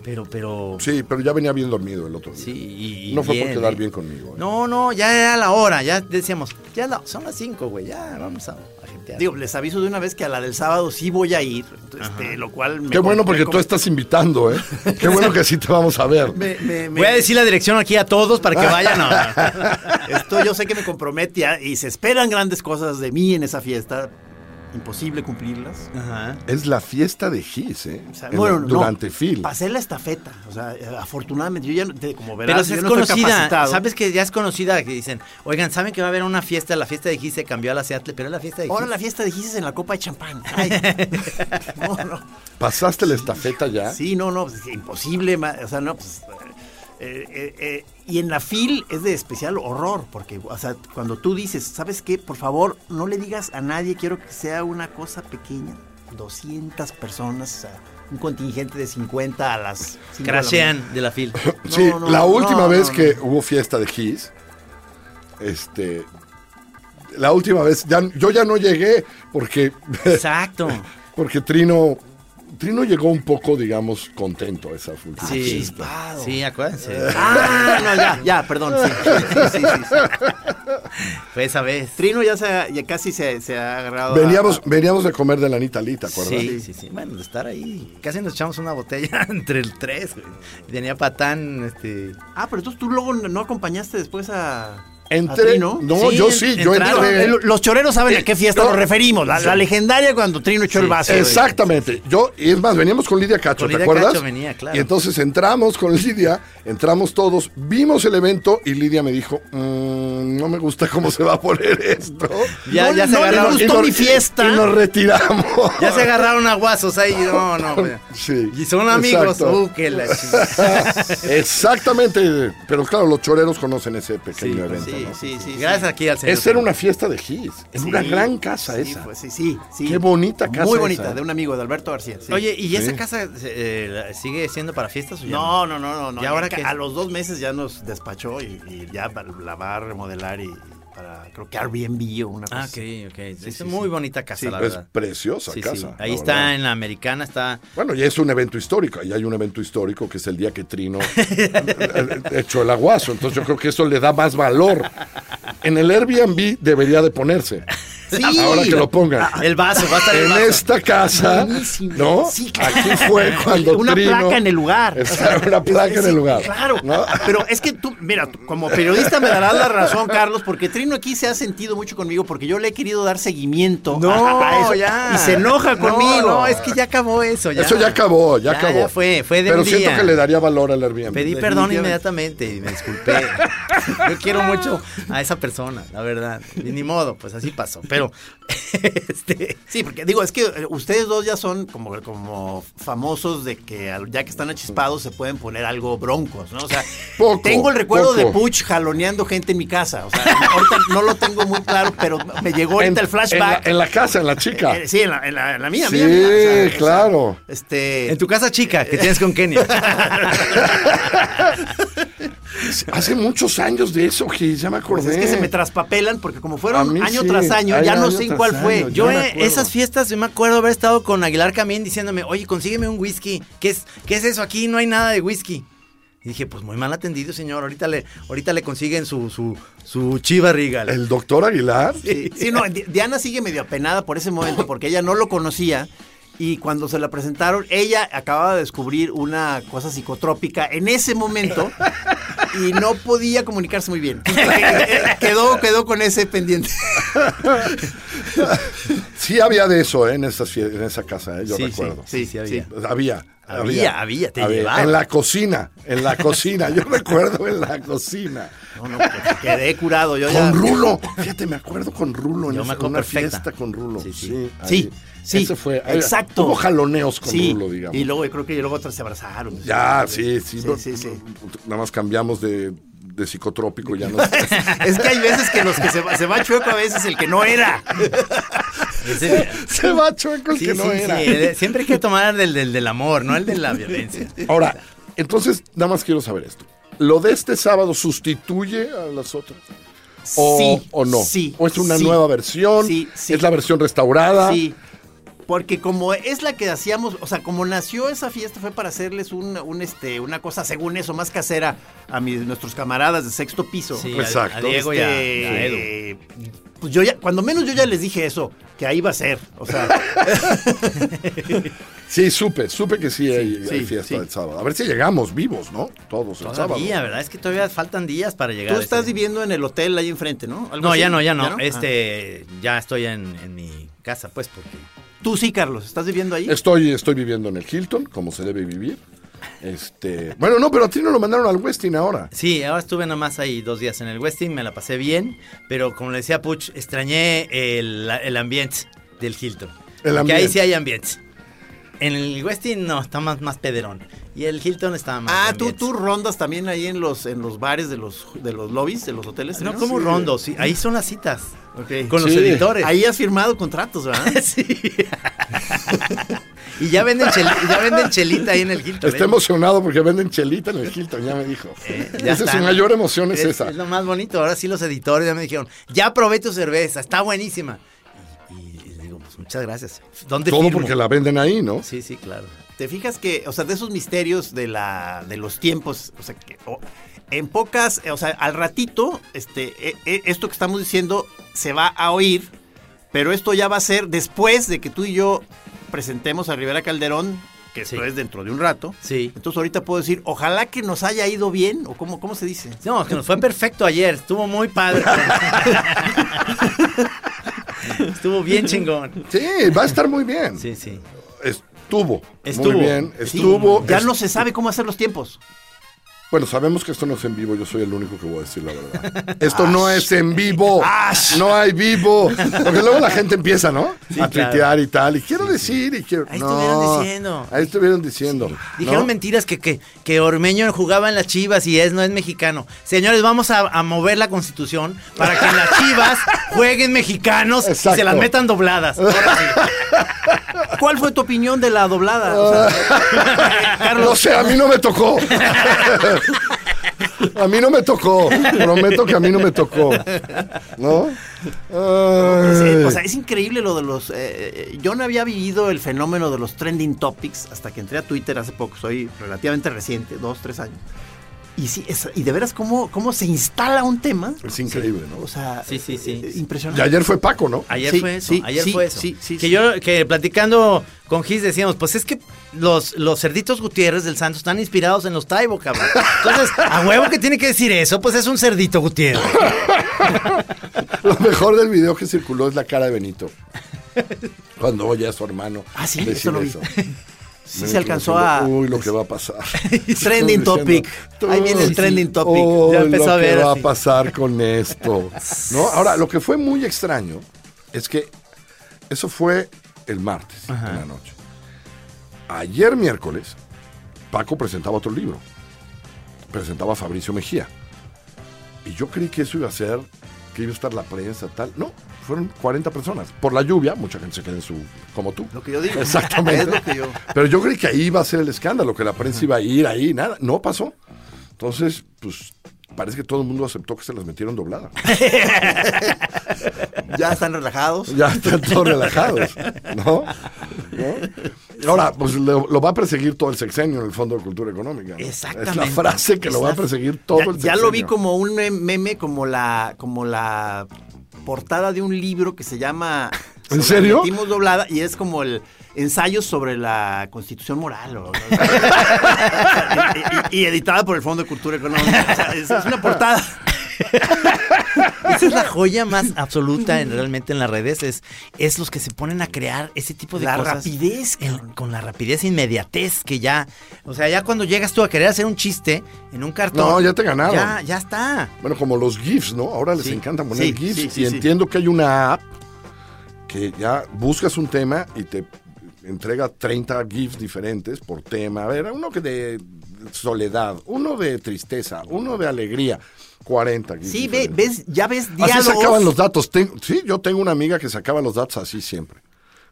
[SPEAKER 3] Pero, pero.
[SPEAKER 5] Sí, pero ya venía bien dormido el otro día.
[SPEAKER 3] Sí, y- y
[SPEAKER 5] No fue por quedar
[SPEAKER 3] ¿eh?
[SPEAKER 5] bien conmigo, ¿eh?
[SPEAKER 3] No, no, ya era la hora, ya decíamos, ya la- son las 5, güey, ya vamos a, a gentear.
[SPEAKER 4] Digo, les aviso de una vez que a la del sábado sí voy a ir, este, lo cual me
[SPEAKER 5] Qué bueno
[SPEAKER 4] compré
[SPEAKER 5] porque
[SPEAKER 4] como-
[SPEAKER 5] tú estás invitando, ¿eh? Qué bueno que sí te vamos a ver.
[SPEAKER 4] me- me- me-
[SPEAKER 3] voy a decir la dirección aquí a todos para que vayan. No, no.
[SPEAKER 4] Esto yo sé que me compromete a- y se esperan grandes cosas de mí en esa fiesta. Imposible cumplirlas.
[SPEAKER 3] Ajá.
[SPEAKER 5] Es la fiesta de Gis, ¿eh?
[SPEAKER 4] O sea,
[SPEAKER 5] En-
[SPEAKER 4] bueno, no,
[SPEAKER 5] durante Phil.
[SPEAKER 4] Pasé la estafeta. O sea, eh, afortunadamente, yo ya, no- te- como verás,
[SPEAKER 3] Pero
[SPEAKER 4] yo
[SPEAKER 3] es
[SPEAKER 4] no estoy
[SPEAKER 3] conocida,
[SPEAKER 4] capacitado.
[SPEAKER 3] sabes que ya es conocida, que dicen, oigan, ¿saben que va a haber una fiesta? La fiesta de Gis se cambió a la Seattle, pero es la fiesta de
[SPEAKER 4] Ahora
[SPEAKER 3] Gis.
[SPEAKER 4] la fiesta de Gises en la copa de champán. Ay. no, no.
[SPEAKER 5] ¿Pasaste la estafeta ya?
[SPEAKER 4] Sí, no, no, pues, imposible. ma- O sea, no, pues. eh, eh, eh, y en la FIL es de especial horror, porque, o sea, cuando tú dices, ¿sabes qué? Por favor, no le digas a nadie, quiero que sea una cosa pequeña. 200 personas, o sea, un contingente de 50 a las. cinco de la mañana.
[SPEAKER 3] Crashean de la fila.
[SPEAKER 5] Sí,
[SPEAKER 4] no,
[SPEAKER 5] la
[SPEAKER 4] no,
[SPEAKER 5] última
[SPEAKER 4] no,
[SPEAKER 5] vez
[SPEAKER 4] no,
[SPEAKER 5] que hubo fiesta de Gis, este. La última vez, ya, yo ya no llegué porque,
[SPEAKER 3] Exacto.
[SPEAKER 5] porque Trino. Trino llegó un poco, digamos, contento a esa última
[SPEAKER 3] Sí,
[SPEAKER 5] fiesta.
[SPEAKER 3] sí, acuérdense.
[SPEAKER 4] Ah, no, ya, ya, perdón. sí, sí, sí, sí, sí.
[SPEAKER 3] Fue esa vez.
[SPEAKER 4] Trino ya, se, ya casi se, se ha agarrado. a-
[SPEAKER 5] Veníamos, veníamos de comer de la Anita Lee, ¿te acuerdas?
[SPEAKER 3] Sí, sí, sí. Bueno, de estar ahí. Casi nos echamos una botella entre el tres, güey. Tenía patán, este.
[SPEAKER 4] Ah, pero entonces tú luego no acompañaste después a.
[SPEAKER 5] Entré-
[SPEAKER 4] a Trino.
[SPEAKER 5] No,
[SPEAKER 3] Sí,
[SPEAKER 5] yo sí, yo
[SPEAKER 3] entraron.
[SPEAKER 5] entré.
[SPEAKER 4] El- los choreros saben a qué fiesta
[SPEAKER 5] no.
[SPEAKER 4] nos referimos. La, la legendaria cuando Trino echó el vaso.
[SPEAKER 5] Exactamente. Yo, y es más, veníamos con Lidia Cacho,
[SPEAKER 3] Con
[SPEAKER 5] ¿te
[SPEAKER 3] Lidia
[SPEAKER 5] acuerdas?
[SPEAKER 3] Cacho venía, claro.
[SPEAKER 5] Y entonces entramos con Lidia, entramos todos, vimos el evento y Lidia me dijo, "Mm, no me gusta cómo se va a poner esto.
[SPEAKER 3] Ya-
[SPEAKER 5] No,
[SPEAKER 3] ya se
[SPEAKER 5] no,
[SPEAKER 3] agarraron.
[SPEAKER 5] y nos- y
[SPEAKER 3] Gustó
[SPEAKER 5] nos-
[SPEAKER 3] mi fiesta.
[SPEAKER 5] Y nos retiramos.
[SPEAKER 3] Ya se agarraron aguazos ahí. No, no, güey.
[SPEAKER 5] Sí,
[SPEAKER 3] Y son amigos.
[SPEAKER 5] exacto.
[SPEAKER 3] Uh, que la chingada.
[SPEAKER 5] Exactamente. Pero claro, los choreros conocen ese
[SPEAKER 3] pues
[SPEAKER 5] pequeño evento.
[SPEAKER 4] Sí,
[SPEAKER 5] ¿no?
[SPEAKER 4] sí, sí.
[SPEAKER 3] Gracias aquí al señor.
[SPEAKER 5] Es ser una fiesta de Gis. Es una gran casa
[SPEAKER 4] sí,
[SPEAKER 5] esa.
[SPEAKER 4] pues sí, sí, sí.
[SPEAKER 5] Qué bonita casa
[SPEAKER 4] Muy
[SPEAKER 5] esa.
[SPEAKER 4] bonita, de un amigo de Alberto García. sí.
[SPEAKER 3] Oye, ¿y esa
[SPEAKER 5] Sí.
[SPEAKER 3] casa eh, la- sigue siendo para fiestas o ya
[SPEAKER 4] No, no, no, no. no
[SPEAKER 3] ¿Y ahora
[SPEAKER 4] Ya
[SPEAKER 3] qué?
[SPEAKER 4] A los dos meses ya nos despachó y, y ya pa- la va a remodelar y para, creo que Airbnb o una cosa.
[SPEAKER 3] Ah, ok, ok. es muy bonita casa,
[SPEAKER 4] Sí.
[SPEAKER 3] la
[SPEAKER 5] Es
[SPEAKER 3] verdad.
[SPEAKER 5] preciosa
[SPEAKER 3] Sí, sí.
[SPEAKER 5] casa.
[SPEAKER 3] Ahí
[SPEAKER 5] la
[SPEAKER 3] está
[SPEAKER 5] verdad.
[SPEAKER 3] en la americana, está.
[SPEAKER 5] Bueno, y es un evento histórico. Ahí hay un evento histórico que es el día que Trino eh, echó el aguazo. Entonces yo creo que eso le da más valor. En el Airbnb debería de ponerse.
[SPEAKER 4] Sí.
[SPEAKER 5] Ahora que lo pongan.
[SPEAKER 3] Ah,
[SPEAKER 5] Eh,
[SPEAKER 3] El vaso, va a estar el
[SPEAKER 5] En
[SPEAKER 3] vaso.
[SPEAKER 5] esta casa,
[SPEAKER 4] Buenísimo.
[SPEAKER 5] ¿no?
[SPEAKER 4] Sí, claro.
[SPEAKER 5] Aquí fue cuando
[SPEAKER 4] Una
[SPEAKER 5] Trino-
[SPEAKER 4] placa en el lugar.
[SPEAKER 5] Está una placa en
[SPEAKER 4] Sí,
[SPEAKER 5] el lugar.
[SPEAKER 4] Claro. Ah,
[SPEAKER 5] ¿no?
[SPEAKER 4] Pero es que tú, mira, tú, como periodista me darás la razón, Carlos, porque Trino aquí se ha sentido mucho conmigo porque yo le he querido dar seguimiento
[SPEAKER 3] No,
[SPEAKER 4] a, a eso,
[SPEAKER 3] ya.
[SPEAKER 4] Y se enoja
[SPEAKER 3] No,
[SPEAKER 4] conmigo.
[SPEAKER 3] no, es que ya acabó eso. Ya.
[SPEAKER 5] Eso ya acabó, ya,
[SPEAKER 3] Ya,
[SPEAKER 5] acabó.
[SPEAKER 3] ya fue, fue de
[SPEAKER 5] Pero
[SPEAKER 3] un
[SPEAKER 5] siento
[SPEAKER 3] día.
[SPEAKER 5] que le daría valor al Airbnb.
[SPEAKER 3] Pedí perdón inmediatamente y me disculpé. Yo quiero mucho a esa persona, la verdad. Y ni modo, pues así pasó. Pero, este,
[SPEAKER 4] Sí, porque digo, es que eh, ustedes dos ya son como, como famosos de que al- ya que están achispados se pueden poner algo broncos, ¿no? O sea,
[SPEAKER 5] Poco,
[SPEAKER 4] tengo el recuerdo
[SPEAKER 5] poco.
[SPEAKER 4] de Puch jaloneando gente en mi casa. O sea, ahorita no lo tengo muy claro, pero me llegó ahorita el flashback.
[SPEAKER 5] En la, en la casa, en la chica.
[SPEAKER 4] Eh, sí, en la, en la- en la mía,
[SPEAKER 5] Sí,
[SPEAKER 4] mía, mía, o sea, o sea,
[SPEAKER 5] claro.
[SPEAKER 4] este.
[SPEAKER 3] en tu casa chica que tienes con Kenia.
[SPEAKER 5] Hace muchos años de eso, Gis, ya me acordé.
[SPEAKER 4] pues es que se me traspapelan porque como
[SPEAKER 5] A
[SPEAKER 4] fueron
[SPEAKER 5] mí
[SPEAKER 4] año
[SPEAKER 5] sí,
[SPEAKER 4] tras año,
[SPEAKER 5] hay
[SPEAKER 4] ya no
[SPEAKER 5] año
[SPEAKER 4] sé en
[SPEAKER 5] tras
[SPEAKER 4] cuál fue.
[SPEAKER 5] año,
[SPEAKER 3] Yo
[SPEAKER 5] me
[SPEAKER 3] eh,
[SPEAKER 5] acuerdo.
[SPEAKER 3] esas fiestas, yo me acuerdo haber estado con Aguilar Camín diciéndome, oye, consígueme un whisky. ¿Qué es, ¿Qué es eso? Aquí no hay nada de whisky. Y dije, pues muy mal atendido, señor. Ahorita le, ahorita le consiguen su, su, su chiva regal.
[SPEAKER 5] El doctor Aguilar.
[SPEAKER 4] Sí, sí, no, Di- Diana sigue medio apenada por ese momento porque ella no lo conocía y cuando se la presentaron, ella acababa de descubrir una cosa psicotrópica en ese momento y no podía comunicarse muy bien. Quedó, quedó con ese pendiente.
[SPEAKER 5] Sí había de eso, ¿eh? en, esas fie- en esa casa, ¿eh? yo
[SPEAKER 3] Sí, sí,
[SPEAKER 5] recuerdo.
[SPEAKER 3] sí, sí había.
[SPEAKER 5] Pues Había.
[SPEAKER 3] Había, había, te llevaba.
[SPEAKER 5] En la cocina, en la cocina, yo recuerdo en la cocina.
[SPEAKER 4] No, no, pues, quedé curado. Yo ya-
[SPEAKER 5] Con Rulo, fíjate, me acuerdo con Rulo, en
[SPEAKER 3] Yo me
[SPEAKER 5] esa-
[SPEAKER 3] acuerdo
[SPEAKER 5] una
[SPEAKER 3] perfecta.
[SPEAKER 5] fiesta con Rulo.
[SPEAKER 3] Sí,
[SPEAKER 5] Sí,
[SPEAKER 3] sí.
[SPEAKER 5] sí. ahí.
[SPEAKER 4] Sí, sí.
[SPEAKER 5] Ese fue. ahí,
[SPEAKER 4] Exacto.
[SPEAKER 5] Hubo jaloneos con
[SPEAKER 4] Sí,
[SPEAKER 5] Rulo, digamos.
[SPEAKER 4] Y luego yo creo que luego otras se abrazaron.
[SPEAKER 5] Ya, sí, sí.
[SPEAKER 4] Sí,
[SPEAKER 5] no-
[SPEAKER 4] sí, sí.
[SPEAKER 5] no- nada más cambiamos de, de psicotrópico, ya no sé.
[SPEAKER 4] Es que hay veces que los que se va, se va chueco a veces el que no era.
[SPEAKER 3] Ese-
[SPEAKER 5] Se va chueco el
[SPEAKER 3] Sí,
[SPEAKER 5] que
[SPEAKER 3] sí,
[SPEAKER 5] no era.
[SPEAKER 3] sí, eh, Siempre hay que tomar del, del, del amor, no el de la violencia.
[SPEAKER 5] Ahora, entonces, nada más quiero saber esto. ¿Lo de este sábado sustituye a las otras? ¿O,
[SPEAKER 4] Sí,
[SPEAKER 5] o no?
[SPEAKER 4] sí,
[SPEAKER 5] ¿O es una
[SPEAKER 4] sí.
[SPEAKER 5] nueva versión?
[SPEAKER 4] Sí, sí.
[SPEAKER 5] ¿Es la versión restaurada?
[SPEAKER 4] Sí. Porque como es la que hacíamos, o sea, como nació esa fiesta fue para hacerles un, un, este, una cosa según eso más casera a mis, nuestros camaradas de sexto piso.
[SPEAKER 3] Sí, a-
[SPEAKER 5] Exacto.
[SPEAKER 3] A, Diego y a-
[SPEAKER 4] Este,
[SPEAKER 3] a Edu.
[SPEAKER 4] Pues yo ya, cuando menos yo ya les dije eso, que ahí va a ser. O sea,
[SPEAKER 5] Sí, supe, supe que sí hay, hay
[SPEAKER 4] sí,
[SPEAKER 5] fiesta
[SPEAKER 4] sí.
[SPEAKER 5] del sábado. A ver si llegamos vivos, ¿no? Todos el sábado.
[SPEAKER 3] Todavía, ¿verdad? Es que todavía faltan días para llegar.
[SPEAKER 4] tú
[SPEAKER 3] a
[SPEAKER 4] estás
[SPEAKER 3] ese-
[SPEAKER 4] viviendo en el hotel ahí enfrente, ¿no? Algo
[SPEAKER 3] No,
[SPEAKER 4] así.
[SPEAKER 3] ya no, ya no.
[SPEAKER 4] Ah.
[SPEAKER 3] Este, ya estoy en, en mi casa, pues, porque...
[SPEAKER 4] Ah. Tú sí, Carlos, estás viviendo ahí.
[SPEAKER 5] Estoy, estoy viviendo en el Hilton, como se debe vivir. Este, bueno, no, pero a ti no lo mandaron al Westin ahora.
[SPEAKER 3] Sí, ahora estuve nada más ahí dos días en el Westin, me la pasé bien, pero como le decía Puch, extrañé el, el ambiente del Hilton.
[SPEAKER 5] El
[SPEAKER 3] Que
[SPEAKER 5] ambiente.
[SPEAKER 3] ahí sí hay ambiente. En el Westin no, está más, más pederón. Y el Hilton estaba más.
[SPEAKER 4] Ah,
[SPEAKER 3] de
[SPEAKER 4] tú,
[SPEAKER 3] ambiente.
[SPEAKER 4] tú rondas también ahí en los, en los bares de los, de los lobbies, de los hoteles.
[SPEAKER 3] No,
[SPEAKER 4] ¿no?
[SPEAKER 3] como
[SPEAKER 4] Sí.
[SPEAKER 3] rondo, sí, ahí son las citas.
[SPEAKER 4] Ok.
[SPEAKER 3] Con los
[SPEAKER 5] Sí.
[SPEAKER 3] editores.
[SPEAKER 4] Ahí has firmado contratos, ¿verdad?
[SPEAKER 3] Sí. y ya venden, cheli- ya venden chelita ahí en el Hilton.
[SPEAKER 5] Está
[SPEAKER 3] ¿eh?
[SPEAKER 5] emocionado porque venden chelita en el Hilton, ya me dijo.
[SPEAKER 4] Eh,
[SPEAKER 3] Ya
[SPEAKER 5] esa es su
[SPEAKER 3] están.
[SPEAKER 5] mayor emoción, es, esa.
[SPEAKER 3] Es lo más bonito. Ahora sí los editores ya me dijeron, ya probé tu cerveza, está buenísima. Y, y le digo, pues muchas gracias. ¿Dónde
[SPEAKER 5] Todo
[SPEAKER 3] firmo?
[SPEAKER 5] porque la venden ahí, ¿no?
[SPEAKER 3] Sí, sí, claro.
[SPEAKER 4] Te fijas que, o sea, de esos misterios de la de los tiempos, o sea, que o- en pocas, eh, o sea, al ratito, este, e- e- esto que estamos diciendo se va a oír, pero esto ya va a ser después de que tú y yo presentemos a Rivera Calderón, que
[SPEAKER 3] Sí.
[SPEAKER 4] esto es dentro de un rato.
[SPEAKER 3] Sí.
[SPEAKER 4] Entonces ahorita puedo decir, ojalá que nos haya ido bien, o cómo, cómo se dice.
[SPEAKER 3] No, que nos fue perfecto ayer, estuvo muy padre. estuvo bien chingón.
[SPEAKER 5] Sí, va a estar muy bien.
[SPEAKER 3] Sí, sí.
[SPEAKER 5] Estuvo.
[SPEAKER 3] Estuvo.
[SPEAKER 5] Muy bien.
[SPEAKER 4] Sí,
[SPEAKER 5] Estuvo.
[SPEAKER 4] ya
[SPEAKER 3] Pues
[SPEAKER 5] es-
[SPEAKER 4] no se sabe cómo hacer los tiempos.
[SPEAKER 5] Bueno, sabemos que esto no es en vivo. Yo soy el único que voy a decir la verdad. Esto no es en vivo. No hay vivo. Porque luego la gente empieza, ¿no?
[SPEAKER 3] Sí,
[SPEAKER 5] a
[SPEAKER 3] claro.
[SPEAKER 5] tuitear y tal. Y quiero decir y quiero.
[SPEAKER 3] Ahí
[SPEAKER 5] No,
[SPEAKER 3] estuvieron diciendo.
[SPEAKER 5] Ahí estuvieron diciendo.
[SPEAKER 3] Dijeron
[SPEAKER 5] ¿no?
[SPEAKER 3] mentiras que, que, que Ormeño jugaba en las Chivas y es no es mexicano. Señores, vamos a, a mover la constitución para que en las Chivas jueguen mexicanos y se
[SPEAKER 5] Exacto.
[SPEAKER 3] las metan dobladas. Ahora sí.
[SPEAKER 4] ¿Cuál fue tu opinión de la doblada? O sea,
[SPEAKER 5] No sé, a mí no me tocó. A mí no me tocó. Prometo que a mí no me tocó. ¿No?
[SPEAKER 3] pues,
[SPEAKER 4] Es, eh, o sea,
[SPEAKER 5] Ay.
[SPEAKER 4] es increíble lo de los... eh, eh, yo no había vivido el fenómeno de los trending topics hasta que entré a Twitter hace poco, soy relativamente reciente, dos, tres años. Y sí, es- y de veras, ¿cómo, cómo se instala un tema?
[SPEAKER 5] Es increíble, ¿no?
[SPEAKER 4] O sea,
[SPEAKER 3] Sí, sí, sí.
[SPEAKER 4] eh,
[SPEAKER 5] Y
[SPEAKER 4] impresionante.
[SPEAKER 5] ayer fue Paco, ¿no?
[SPEAKER 3] Ayer
[SPEAKER 4] Sí,
[SPEAKER 3] fue eso,
[SPEAKER 4] sí,
[SPEAKER 3] ayer
[SPEAKER 4] sí,
[SPEAKER 3] fue eso.
[SPEAKER 4] sí, sí,
[SPEAKER 3] que
[SPEAKER 4] sí.
[SPEAKER 3] yo que platicando con Gis decíamos, pues es que los, los cerditos Gutiérrez del Santos están inspirados en los Taibo, cabrón. Entonces, a huevo que tiene que decir eso, pues es un cerdito Gutiérrez.
[SPEAKER 5] Lo mejor del video que circuló es la cara de Benito. Cuando oye a su hermano.
[SPEAKER 4] Ah, sí,
[SPEAKER 5] decir
[SPEAKER 4] eso lo vi. Sí,
[SPEAKER 5] Me
[SPEAKER 4] se alcanzó
[SPEAKER 5] quedé
[SPEAKER 4] a.
[SPEAKER 5] pensando, Uy, lo que va a pasar.
[SPEAKER 4] Trending topic. Ahí viene el trending topic.
[SPEAKER 5] ya
[SPEAKER 3] Ya empezó
[SPEAKER 5] lo
[SPEAKER 3] a
[SPEAKER 5] que
[SPEAKER 3] ver
[SPEAKER 5] va
[SPEAKER 3] así.
[SPEAKER 5] a pasar con esto. ¿No? Ahora, lo que fue muy extraño es que eso fue el martes en la noche. Ayer miércoles, Paco presentaba otro libro. Presentaba a Fabricio Mejía. Y yo creí que eso iba a ser, que iba a estar la prensa, tal. No, fueron 40 personas. Por la lluvia, mucha gente se queda en su. como tú.
[SPEAKER 4] Lo que yo digo.
[SPEAKER 5] Exactamente.
[SPEAKER 4] Es lo que yo-
[SPEAKER 5] Pero yo creí que ahí iba a ser el escándalo, que la prensa iba a ir ahí, nada. No pasó. Entonces, pues. Parece que todo el mundo aceptó que se las metieron doblada.
[SPEAKER 4] Ya están relajados.
[SPEAKER 5] Ya están todos relajados, ¿no?
[SPEAKER 4] ¿Eh?
[SPEAKER 5] ¿No? Ahora, pues lo, lo va a perseguir todo el sexenio en el Fondo de Cultura Económica. ¿no?
[SPEAKER 3] Exactamente.
[SPEAKER 5] Es la frase que lo va a
[SPEAKER 4] Exacto.
[SPEAKER 5] perseguir todo
[SPEAKER 4] ya,
[SPEAKER 5] el
[SPEAKER 4] ya
[SPEAKER 5] sexenio.
[SPEAKER 4] lo vi como un mem- meme, como la, como la portada de un libro que se llama. sobre
[SPEAKER 5] ¿En serio?
[SPEAKER 4] Metimos doblada y es como el ensayo sobre la constitución moral. o- y, y- y editada por el Fondo de Cultura Económica. O sea, es, es una portada.
[SPEAKER 3] Esa es la joya más absoluta en, realmente en las redes, es, es los que se ponen a crear ese tipo de
[SPEAKER 4] La
[SPEAKER 3] cosas.
[SPEAKER 4] rapidez,
[SPEAKER 3] El-
[SPEAKER 4] cabrón.
[SPEAKER 3] con la rapidez e inmediatez que ya, o sea, ya cuando llegas tú a querer hacer un chiste en un cartón.
[SPEAKER 5] No, ya te ganaron.
[SPEAKER 3] Ya, ya está.
[SPEAKER 5] Bueno, como los GIFs, ¿no? Ahora les
[SPEAKER 3] Sí,
[SPEAKER 5] encanta poner
[SPEAKER 4] sí,
[SPEAKER 5] GIFs.
[SPEAKER 4] sí, sí,
[SPEAKER 5] y
[SPEAKER 4] sí.
[SPEAKER 5] entiendo que hay una app que ya buscas un tema y te entrega 30 GIFs diferentes por tema. A ver, uno que de soledad, uno de tristeza, uno de alegría. 40 GIFs.
[SPEAKER 4] Sí, ve- ves,
[SPEAKER 5] diferentes.
[SPEAKER 4] ya ves
[SPEAKER 5] Así
[SPEAKER 4] diálogos.
[SPEAKER 5] sacaban los datos. Ten- sí, yo tengo una amiga que sacaba los datos así siempre.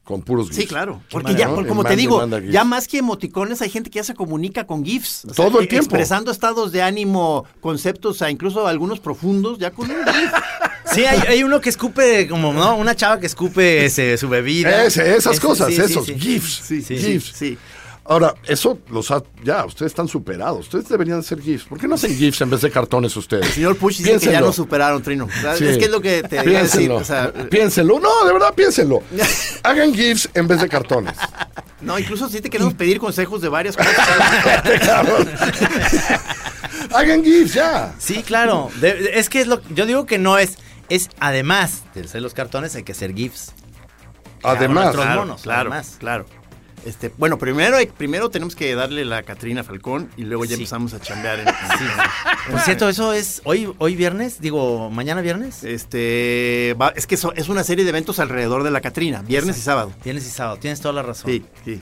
[SPEAKER 5] Con puros GIFs.
[SPEAKER 4] Sí, claro.
[SPEAKER 5] Qué
[SPEAKER 4] Porque
[SPEAKER 5] madre,
[SPEAKER 4] ya,
[SPEAKER 5] ¿no?
[SPEAKER 4] por-
[SPEAKER 5] Y
[SPEAKER 4] como te
[SPEAKER 5] manda y
[SPEAKER 4] digo,
[SPEAKER 5] manda GIFs.
[SPEAKER 4] ya más que emoticones, hay gente que ya se comunica con GIFs. O sea,
[SPEAKER 5] Todo el
[SPEAKER 4] e-
[SPEAKER 5] tiempo.
[SPEAKER 4] Expresando estados de ánimo, conceptos, a incluso algunos profundos, ya con un GIF.
[SPEAKER 3] Sí, hay, hay uno que escupe, como, ¿no? Una chava que escupe ese, su bebida.
[SPEAKER 5] Ese, esas
[SPEAKER 3] Ese,
[SPEAKER 5] cosas,
[SPEAKER 3] sí, sí,
[SPEAKER 5] esos
[SPEAKER 3] sí.
[SPEAKER 5] GIFs.
[SPEAKER 3] Sí, sí,
[SPEAKER 5] GIFs.
[SPEAKER 4] Sí.
[SPEAKER 5] Ahora, eso los ha, ya, ustedes están superados. Ustedes deberían hacer GIFs. ¿Por qué no hacen GIFs en vez de cartones ustedes?
[SPEAKER 4] Señor Push dice que ya
[SPEAKER 5] Piénsenlo.
[SPEAKER 4] lo superaron, Trino. O sea,
[SPEAKER 5] Sí.
[SPEAKER 4] Es que es lo que te iba a decir.
[SPEAKER 5] Piénsenlo.
[SPEAKER 4] O sea,
[SPEAKER 5] piénsenlo. No, de verdad, piénsenlo. Hagan GIFs en vez de cartones.
[SPEAKER 4] no, incluso sí te queremos pedir consejos de varias cosas.
[SPEAKER 5] Cabrón. Hagan GIFs ya.
[SPEAKER 3] Sí, claro. De- de- es que es lo, yo digo que no es, es además de hacer los cartones hay que hacer gifs.
[SPEAKER 5] Además,
[SPEAKER 3] Otros
[SPEAKER 4] Claro,
[SPEAKER 3] monos,
[SPEAKER 4] claro,
[SPEAKER 3] además.
[SPEAKER 4] claro. Este, bueno, primero, hay- primero tenemos que darle la Catrina Falcón y luego ya
[SPEAKER 3] Sí.
[SPEAKER 4] empezamos a chambear en, en-
[SPEAKER 3] Sí. Por cierto, eso es hoy, hoy viernes, digo, mañana viernes.
[SPEAKER 4] Este, va- es que so- es una serie de eventos alrededor de la Catrina, viernes y sábado.
[SPEAKER 3] Tienes y sábado, tienes toda la razón.
[SPEAKER 4] Sí, sí.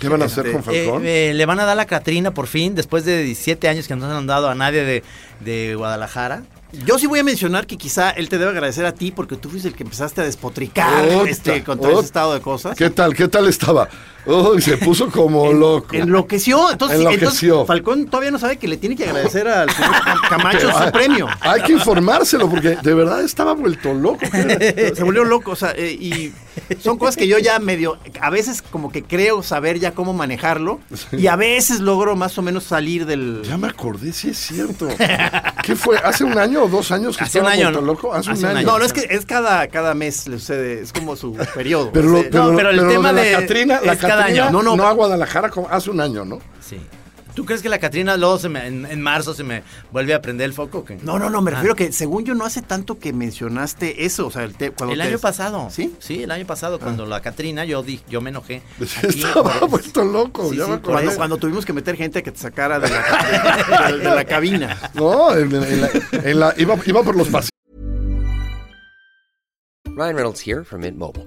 [SPEAKER 5] ¿qué van a hacer
[SPEAKER 4] Este,
[SPEAKER 5] con Falcón?
[SPEAKER 3] Eh, eh, le van a dar la Catrina por fin, después de 17 años que no se han dado a nadie de, de Guadalajara.
[SPEAKER 4] Yo sí voy a mencionar que quizá él te debe agradecer a ti porque tú fuiste el que empezaste a despotricar
[SPEAKER 5] Ota,
[SPEAKER 4] este, con todo
[SPEAKER 5] ota.
[SPEAKER 4] ese estado de cosas.
[SPEAKER 5] ¿Qué tal? ¿Qué tal estaba? Uy, se puso como loco.
[SPEAKER 4] Enloqueció. Entonces,
[SPEAKER 5] Enloqueció.
[SPEAKER 4] entonces, Falcón todavía no sabe que le tiene que agradecer al señor Cam- Camacho
[SPEAKER 5] Hay-
[SPEAKER 4] su premio.
[SPEAKER 5] Hay que informárselo porque de verdad estaba vuelto loco.
[SPEAKER 4] Eh, Se volvió loco, o sea, eh, y son cosas que yo ya medio, a veces como que creo saber ya cómo manejarlo y a veces logro más o menos salir del...
[SPEAKER 5] Ya me acordé, sí es cierto. ¿Qué fue? ¿Hace un año o dos años que
[SPEAKER 3] Hace un
[SPEAKER 5] estaba
[SPEAKER 3] año,
[SPEAKER 5] vuelto
[SPEAKER 3] ¿no?
[SPEAKER 5] loco? Hace,
[SPEAKER 3] Hace
[SPEAKER 5] un
[SPEAKER 3] un
[SPEAKER 5] año.
[SPEAKER 3] año.
[SPEAKER 4] No, no, es que es cada, cada mes le sucede, es como su periodo.
[SPEAKER 5] Pero, lo-
[SPEAKER 4] Sí.
[SPEAKER 5] pero,
[SPEAKER 3] No,
[SPEAKER 5] lo-
[SPEAKER 3] pero el
[SPEAKER 5] lo
[SPEAKER 3] tema
[SPEAKER 5] de
[SPEAKER 3] de-
[SPEAKER 5] la Catrina, la
[SPEAKER 3] es cada año.
[SPEAKER 5] Catrina no,
[SPEAKER 3] No,
[SPEAKER 5] no,
[SPEAKER 3] no,
[SPEAKER 5] a Guadalajara como hace un año, ¿no?
[SPEAKER 3] Sí. ¿Tú crees que la Catrina luego se me- en, en marzo se me vuelve a prender el foco? o qué?
[SPEAKER 4] No, no, no, me
[SPEAKER 3] Ah.
[SPEAKER 4] refiero que según yo no hace tanto que mencionaste eso, o sea, el, te- cuando
[SPEAKER 3] El
[SPEAKER 4] te-
[SPEAKER 3] año pasado.
[SPEAKER 4] ¿Sí?
[SPEAKER 3] Sí, el año pasado, cuando la Catrina, yo di, yo me enojé. Aquí,
[SPEAKER 5] Ah. Estaba
[SPEAKER 3] por-
[SPEAKER 5] vuelto loco,
[SPEAKER 3] Sí,
[SPEAKER 5] ya
[SPEAKER 3] sí,
[SPEAKER 5] me
[SPEAKER 3] por
[SPEAKER 5] acordé.
[SPEAKER 4] Cuando, cuando tuvimos que meter gente que te sacara de la, de- de la cabina.
[SPEAKER 5] No, en, en la, en la- iba, iba por los pasillos.
[SPEAKER 6] Ryan Reynolds here from Mint Mobile.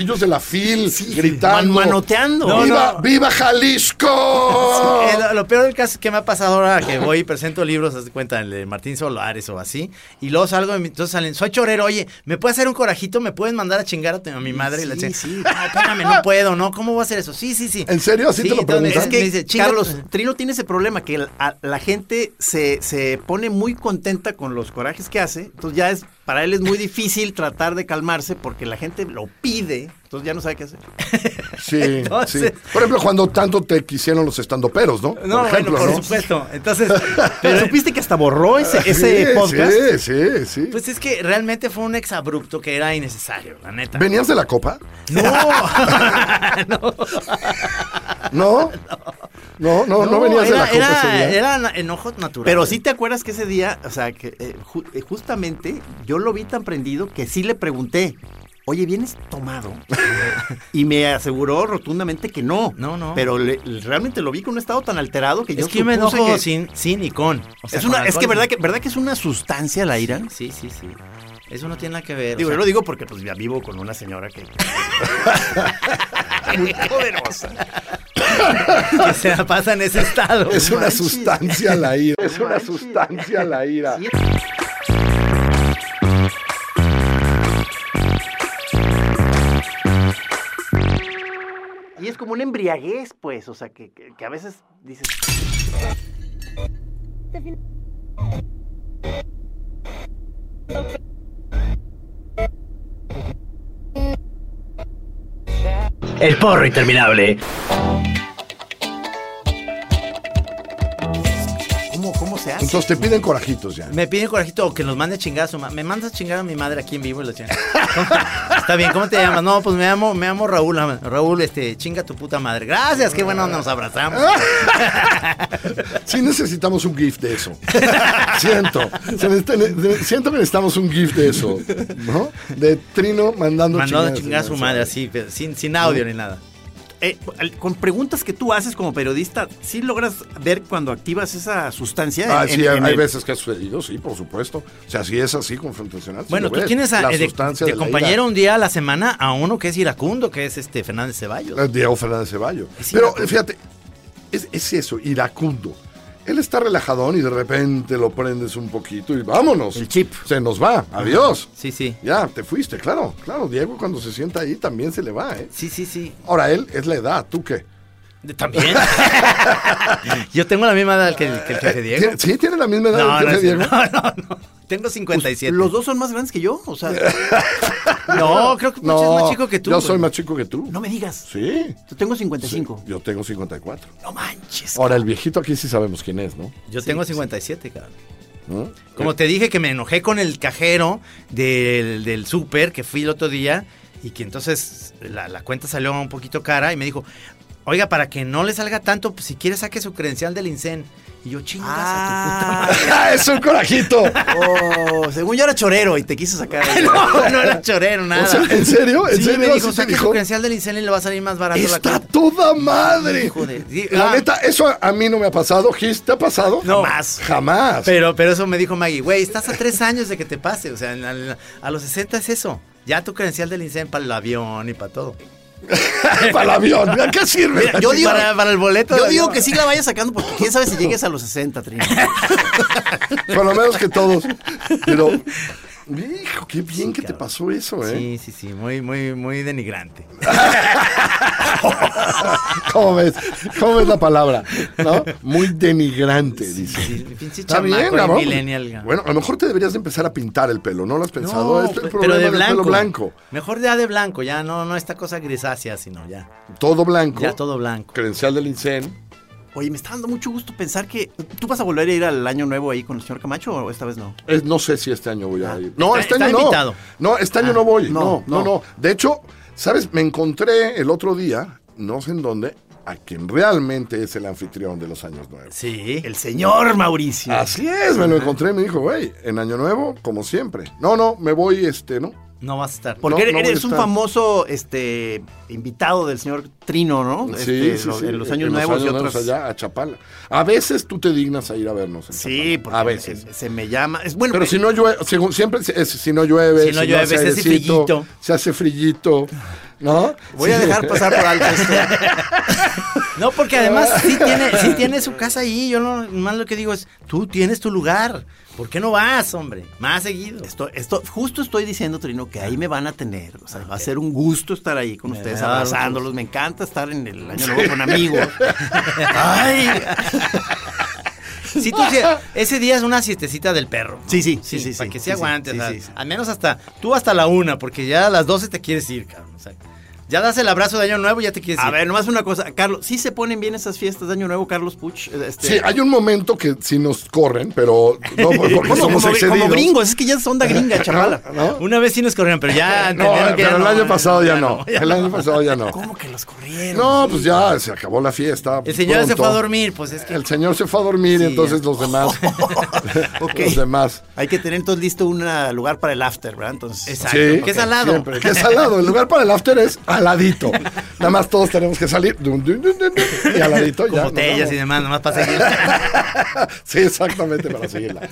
[SPEAKER 5] de la fil gritando.
[SPEAKER 4] man- manoteando. No,
[SPEAKER 5] ¡Viva, viva Jalisco!
[SPEAKER 4] Oh.
[SPEAKER 3] Eh, lo, lo peor del caso es que me ha pasado ahora que voy y presento libros, haz de cuenta, el de Martín Solares o así, y luego salgo, y me- entonces salen, soy chorero, oye, ¿me puedes hacer un corajito? ¿Me puedes mandar a chingar a, tu- a mi madre? y la
[SPEAKER 4] Sí,
[SPEAKER 3] ching-
[SPEAKER 4] sí.
[SPEAKER 3] No, espérame, no puedo, ¿no? ¿Cómo voy a hacer eso? Sí, sí, sí.
[SPEAKER 5] ¿En serio? ¿Así te lo
[SPEAKER 3] entonces me-
[SPEAKER 5] preguntan?
[SPEAKER 3] Es que,
[SPEAKER 4] dice, Carlos, Trino tiene ese problema que la, a- la gente se, se pone muy contenta con los corajes que hace. Entonces ya es, para él es muy difícil tratar de calmarse porque la gente lo pide. Entonces ya no sabe qué hacer.
[SPEAKER 5] Sí,
[SPEAKER 3] Entonces-
[SPEAKER 5] sí. Por ejemplo, cuando tanto te quisieron los estandoperos, ¿no?
[SPEAKER 3] No,
[SPEAKER 5] por ejemplo,
[SPEAKER 3] bueno, por
[SPEAKER 5] ¿no?
[SPEAKER 3] supuesto. Entonces,
[SPEAKER 4] Pero supiste que hasta borró ese, ese
[SPEAKER 5] Sí,
[SPEAKER 4] podcast.
[SPEAKER 5] Sí, sí, sí.
[SPEAKER 3] pues es que realmente fue un exabrupto que era innecesario, la neta.
[SPEAKER 5] ¿Venías de la copa?
[SPEAKER 3] No,
[SPEAKER 5] No. No, no, no, venías de la
[SPEAKER 3] era,
[SPEAKER 5] copa ese
[SPEAKER 3] era,
[SPEAKER 5] día.
[SPEAKER 3] era na- enojo natural.
[SPEAKER 4] Pero sí te acuerdas que ese día, o sea, que eh, ju- eh, justamente yo lo vi tan prendido que sí le pregunté, oye, ¿vienes tomado? y me aseguró rotundamente que no.
[SPEAKER 3] No, no.
[SPEAKER 4] Pero le- le- realmente lo vi con un estado tan alterado que yo
[SPEAKER 3] Es que yo me
[SPEAKER 4] supuse
[SPEAKER 3] enojo
[SPEAKER 4] que-
[SPEAKER 3] sin, sin y con. O sea,
[SPEAKER 4] es, una-
[SPEAKER 3] con
[SPEAKER 4] es que
[SPEAKER 3] alcohol.
[SPEAKER 4] verdad que verdad que es una sustancia la ira.
[SPEAKER 3] Sí, sí, sí. Eso no tiene nada que ver. o
[SPEAKER 4] Digo,
[SPEAKER 3] sea,
[SPEAKER 4] yo lo digo porque pues ya vivo con una señora que muy poderosa.
[SPEAKER 3] que se la pasa en ese estado.
[SPEAKER 5] Es una
[SPEAKER 3] Manches.
[SPEAKER 5] sustancia la ira. Es una sustancia la ira.
[SPEAKER 4] Y es como una embriaguez, pues, o sea, que, que- que a veces dices,
[SPEAKER 7] El porro interminable.
[SPEAKER 4] ¿cómo, cómo se hace?
[SPEAKER 5] Entonces te piden corajitos ya.
[SPEAKER 3] Me piden corajito o que los mande a chingar a su madre. Me mandas a chingar a mi madre aquí en vivo y lo chingan. Está bien, ¿cómo te llamas? No, pues me llamo, me llamo Raúl. Raúl, este, chinga tu puta madre. Gracias, qué bueno, nos abrazamos.
[SPEAKER 4] Ah,
[SPEAKER 5] Sí necesitamos un GIF de eso. Siento. se necesita- ne- Siento que necesitamos un GIF de eso. ¿No? De Trino mandando
[SPEAKER 3] Mandó a
[SPEAKER 5] chingar
[SPEAKER 3] chingar a su madre así, pero sin, sin audio ni nada.
[SPEAKER 4] Mm. Eh, al- con preguntas que tú haces como periodista, ¿sí logras ver cuando activas esa
[SPEAKER 3] ¿eh?
[SPEAKER 4] sustancia?
[SPEAKER 5] Ah,
[SPEAKER 4] en-
[SPEAKER 5] sí,
[SPEAKER 4] en-
[SPEAKER 5] hay,
[SPEAKER 4] en
[SPEAKER 5] hay
[SPEAKER 4] el-
[SPEAKER 5] veces que ha sucedido, sí, por supuesto. O sea, si es así, confrontacional. sí
[SPEAKER 3] Bueno,
[SPEAKER 5] lo
[SPEAKER 3] tú
[SPEAKER 5] ves.
[SPEAKER 3] tienes a,
[SPEAKER 5] La
[SPEAKER 3] eh, de,
[SPEAKER 5] sustancia
[SPEAKER 3] de
[SPEAKER 5] la
[SPEAKER 3] compañero
[SPEAKER 5] ira.
[SPEAKER 3] un día a la semana a uno que es iracundo, que es este Fernández Ceballos.
[SPEAKER 5] Eh, Diego Fernández Ceballos.
[SPEAKER 3] Es
[SPEAKER 5] Pero
[SPEAKER 3] iracundo.
[SPEAKER 5] fíjate, es, es eso, iracundo. Él está relajadón y de repente lo prendes un poquito y vámonos.
[SPEAKER 4] El chip.
[SPEAKER 5] Se nos va. Adiós.
[SPEAKER 3] Sí, sí.
[SPEAKER 5] Ya, te fuiste, claro, claro. Diego cuando se sienta ahí también se le va, ¿eh?
[SPEAKER 3] Sí, sí, sí.
[SPEAKER 5] Ahora él es la edad, ¿tú qué?
[SPEAKER 3] De- También. Yo tengo la misma edad que el, que el jefe Diego.
[SPEAKER 5] ¿Tie- ¿Sí tiene la misma edad
[SPEAKER 3] No,
[SPEAKER 5] el
[SPEAKER 3] no,
[SPEAKER 5] jefe
[SPEAKER 3] es-
[SPEAKER 5] Diego? Pues,
[SPEAKER 3] no, no, no. Tengo 57.
[SPEAKER 4] Los dos son más grandes que yo, o sea,
[SPEAKER 3] No, creo que Pucho es más chico que tú.
[SPEAKER 5] Yo
[SPEAKER 3] güey.
[SPEAKER 5] soy más chico que tú.
[SPEAKER 4] no me digas.
[SPEAKER 5] Sí.
[SPEAKER 4] Yo tengo 55.
[SPEAKER 5] Yo tengo 54.
[SPEAKER 4] No manches.
[SPEAKER 5] Ahora, el viejito aquí sí sabemos quién es, ¿no?
[SPEAKER 3] Yo tengo 57, cabrón.
[SPEAKER 5] ¿No?
[SPEAKER 3] Como te dije que me enojé con el cajero del, del súper que fui el otro día y que entonces la, la cuenta salió un poquito cara y me dijo, oiga, para que no le salga tanto, pues, si quiere saque su credencial del INSEN. Y yo, chingas a tu puta
[SPEAKER 5] ¡Ah, es un corajito!
[SPEAKER 4] Oh, según yo era chorero y te quiso sacar.
[SPEAKER 3] madre. No, no era chorero, nada.
[SPEAKER 5] Ah. O sea, ¿en serio? ¿En
[SPEAKER 3] sí,
[SPEAKER 5] serio?
[SPEAKER 3] me
[SPEAKER 5] ¿Así
[SPEAKER 3] dijo,
[SPEAKER 5] te
[SPEAKER 3] saque
[SPEAKER 5] dijo?
[SPEAKER 3] su credencial del INSEN y le va a salir más barato la
[SPEAKER 5] ¡Está
[SPEAKER 3] cuenta.
[SPEAKER 5] toda madre!
[SPEAKER 3] Hijo de- sí,
[SPEAKER 5] La
[SPEAKER 3] ah.
[SPEAKER 5] neta, eso a, a mí no me ha pasado. Gis, ¿te ha pasado?
[SPEAKER 3] No.
[SPEAKER 5] Jamás. Jamás.
[SPEAKER 3] Pero, pero eso me dijo Maggie, güey, estás a tres años de que te pase. O sea, en la- en la- a los 60 es eso. Ya tu credencial del INSEN para el avión y para todo.
[SPEAKER 5] para el avión. ¿A qué sirve?
[SPEAKER 4] Mira, yo digo-
[SPEAKER 3] para, para el boleto.
[SPEAKER 4] Yo
[SPEAKER 3] del
[SPEAKER 4] digo
[SPEAKER 3] avión.
[SPEAKER 4] que sí la vayas sacando porque quién sabe si llegues a los 60, Trino.
[SPEAKER 5] Por lo menos que todos. Pero, hijo, qué bien que te pasó eso, ¿eh?
[SPEAKER 3] Sí, sí, sí, muy, muy, muy denigrante.
[SPEAKER 5] ¿Cómo ves? ¿Cómo ves la palabra? ¿No? Muy denigrante, dice.
[SPEAKER 3] sí, pinche
[SPEAKER 5] Está
[SPEAKER 3] chamaco,
[SPEAKER 5] bien,
[SPEAKER 3] el
[SPEAKER 5] cabrón.
[SPEAKER 3] millennial, cabrón.
[SPEAKER 5] Bueno, a lo mejor te deberías de empezar a pintar el pelo, ¿no lo has pensado?
[SPEAKER 3] No,
[SPEAKER 5] Este es el
[SPEAKER 3] pe-
[SPEAKER 5] problema del pelo blanco.
[SPEAKER 3] Mejor ya de blanco, ya no, no esta cosa grisácea, sino ya.
[SPEAKER 5] Todo blanco.
[SPEAKER 3] Ya todo blanco.
[SPEAKER 5] Credencial del INSEN.
[SPEAKER 4] Oye, me está dando mucho gusto pensar que tú vas a volver a ir al año nuevo ahí con el señor Camacho o esta vez no.
[SPEAKER 5] Es- no sé si este año voy
[SPEAKER 4] Ah,
[SPEAKER 5] a ir. No,
[SPEAKER 3] está-
[SPEAKER 5] este año
[SPEAKER 3] está
[SPEAKER 5] no.
[SPEAKER 3] invitado.
[SPEAKER 5] No, este año no voy.
[SPEAKER 4] no,
[SPEAKER 5] No, no,
[SPEAKER 4] no.
[SPEAKER 5] no, De hecho, ¿sabes? Me encontré el otro día, no sé en dónde, a quien realmente es el anfitrión de los años nuevos.
[SPEAKER 3] Sí.
[SPEAKER 4] El señor Mauricio.
[SPEAKER 5] Así es, me lo encontré y me dijo, güey, en Año Nuevo, como siempre. No, no, me voy, este, ¿no?
[SPEAKER 3] No vas a estar.
[SPEAKER 5] Por-
[SPEAKER 4] Porque
[SPEAKER 5] No, no voy a
[SPEAKER 4] eres un
[SPEAKER 5] estar.
[SPEAKER 4] famoso este invitado del señor Trino, ¿no? Este, lo- En los años nuevos y otras.
[SPEAKER 5] allá a Chapala. A veces tú te dignas a ir a vernos. en
[SPEAKER 4] Sí,
[SPEAKER 5] Chapala.
[SPEAKER 4] porque
[SPEAKER 5] a veces.
[SPEAKER 4] se me llama. Es bueno, eh,
[SPEAKER 5] Pero si no llueve, según- siempre es- es- si no llueve,
[SPEAKER 3] Si no llueve, se hace
[SPEAKER 5] airecito,
[SPEAKER 3] frillito.
[SPEAKER 5] Se hace frillito. ¿No?
[SPEAKER 4] Voy a dejar pasar por alto esto.
[SPEAKER 3] No, porque además sí tiene, sí tiene su casa ahí. Yo no, más lo que digo es, tú tienes tu lugar. ¿Por qué no vas, hombre? Más seguido.
[SPEAKER 4] Esto, esto, justo estoy diciendo, Trino, que ahí me van a tener. O sea, va a ser un gusto estar ahí con ustedes
[SPEAKER 3] va a dar un
[SPEAKER 4] abrazándolos. Me encanta estar en el año nuevo con amigos. Ay.
[SPEAKER 3] Si tú, si- ese día es una siestecita del perro. ¿no?
[SPEAKER 4] Sí, sí, sí, sí,
[SPEAKER 3] Para
[SPEAKER 4] sí,
[SPEAKER 3] que se
[SPEAKER 4] sí, sí,
[SPEAKER 3] aguantes.
[SPEAKER 4] sí,
[SPEAKER 3] o sea,
[SPEAKER 4] sí, sí.
[SPEAKER 3] Al menos hasta, tú hasta la una, porque ya a las 12 te quieres ir, cabrón. o sea, ya das el abrazo de Año Nuevo y ya te quieres
[SPEAKER 4] A
[SPEAKER 3] ir.
[SPEAKER 4] ver, nomás una cosa, Carlos, ¿sí se ponen bien esas fiestas de Año Nuevo, Carlos Puch? Eh, Este,
[SPEAKER 5] Sí, hay un momento que sí nos corren, pero no porque
[SPEAKER 4] ¿Cómo?
[SPEAKER 5] somos
[SPEAKER 4] como,
[SPEAKER 5] excedidos.
[SPEAKER 4] como gringos, es que ya es onda gringa, chavala.
[SPEAKER 5] ¿No?
[SPEAKER 3] Una vez sí nos corrieron, pero ya
[SPEAKER 5] No,
[SPEAKER 3] entendieron que ya
[SPEAKER 5] pero el
[SPEAKER 3] no,
[SPEAKER 5] año
[SPEAKER 3] eh,
[SPEAKER 5] pasado ya no. El año pasado ya no.
[SPEAKER 4] ¿Cómo que los corrieron?
[SPEAKER 5] No, pues ya se acabó la fiesta.
[SPEAKER 3] El señor se
[SPEAKER 5] pronto.
[SPEAKER 3] fue a dormir, pues es que...
[SPEAKER 5] El señor se fue a dormir y entonces los demás.
[SPEAKER 4] Ok.
[SPEAKER 5] Los demás.
[SPEAKER 4] Hay que tener entonces listo un ah, lugar para el after, ¿verdad? Entonces,
[SPEAKER 3] Exacto, que es al lado.
[SPEAKER 5] Siempre. Que es al lado. El lugar para el after es aladito. Nada más todos tenemos que salir. Dun, dun, dun, dun, dun, y aladito
[SPEAKER 3] Con
[SPEAKER 5] ya. nos
[SPEAKER 3] botellas
[SPEAKER 5] vamos.
[SPEAKER 3] y demás, nomás para seguir.
[SPEAKER 5] Sí, exactamente, para seguirla.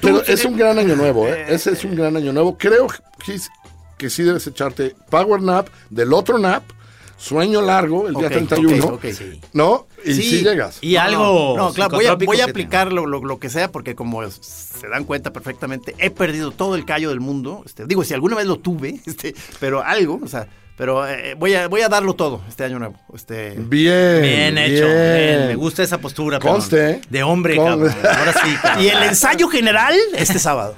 [SPEAKER 5] Pero es un gran año nuevo, ¿eh? Ese es un gran año nuevo. Creo, Gis, que sí debes echarte power nap del otro nap, sueño largo el día
[SPEAKER 4] Ok,
[SPEAKER 5] 31,
[SPEAKER 4] ok, ok, sí.
[SPEAKER 5] ¿no? Y sí,
[SPEAKER 4] Sí,
[SPEAKER 5] llegas.
[SPEAKER 3] Y
[SPEAKER 4] No,
[SPEAKER 3] algo...
[SPEAKER 4] No, no, claro, voy a,
[SPEAKER 3] psicotrópico
[SPEAKER 4] voy
[SPEAKER 3] que
[SPEAKER 4] a
[SPEAKER 3] te-
[SPEAKER 4] aplicar lo, lo- lo que sea, porque como es- se dan cuenta perfectamente, he perdido todo el callo del mundo. Este, digo, si alguna vez lo tuve, este, pero algo, o sea, pero eh, voy, a, voy a darlo todo este año nuevo. Este,
[SPEAKER 5] Bien.
[SPEAKER 3] Bien hecho, bien. Me gusta esa postura, cabrón.
[SPEAKER 5] Conste, ¿eh?
[SPEAKER 3] De hombre,
[SPEAKER 5] Conste.
[SPEAKER 3] cabrón. Ahora sí, cabrón.
[SPEAKER 4] y el ensayo general este sábado.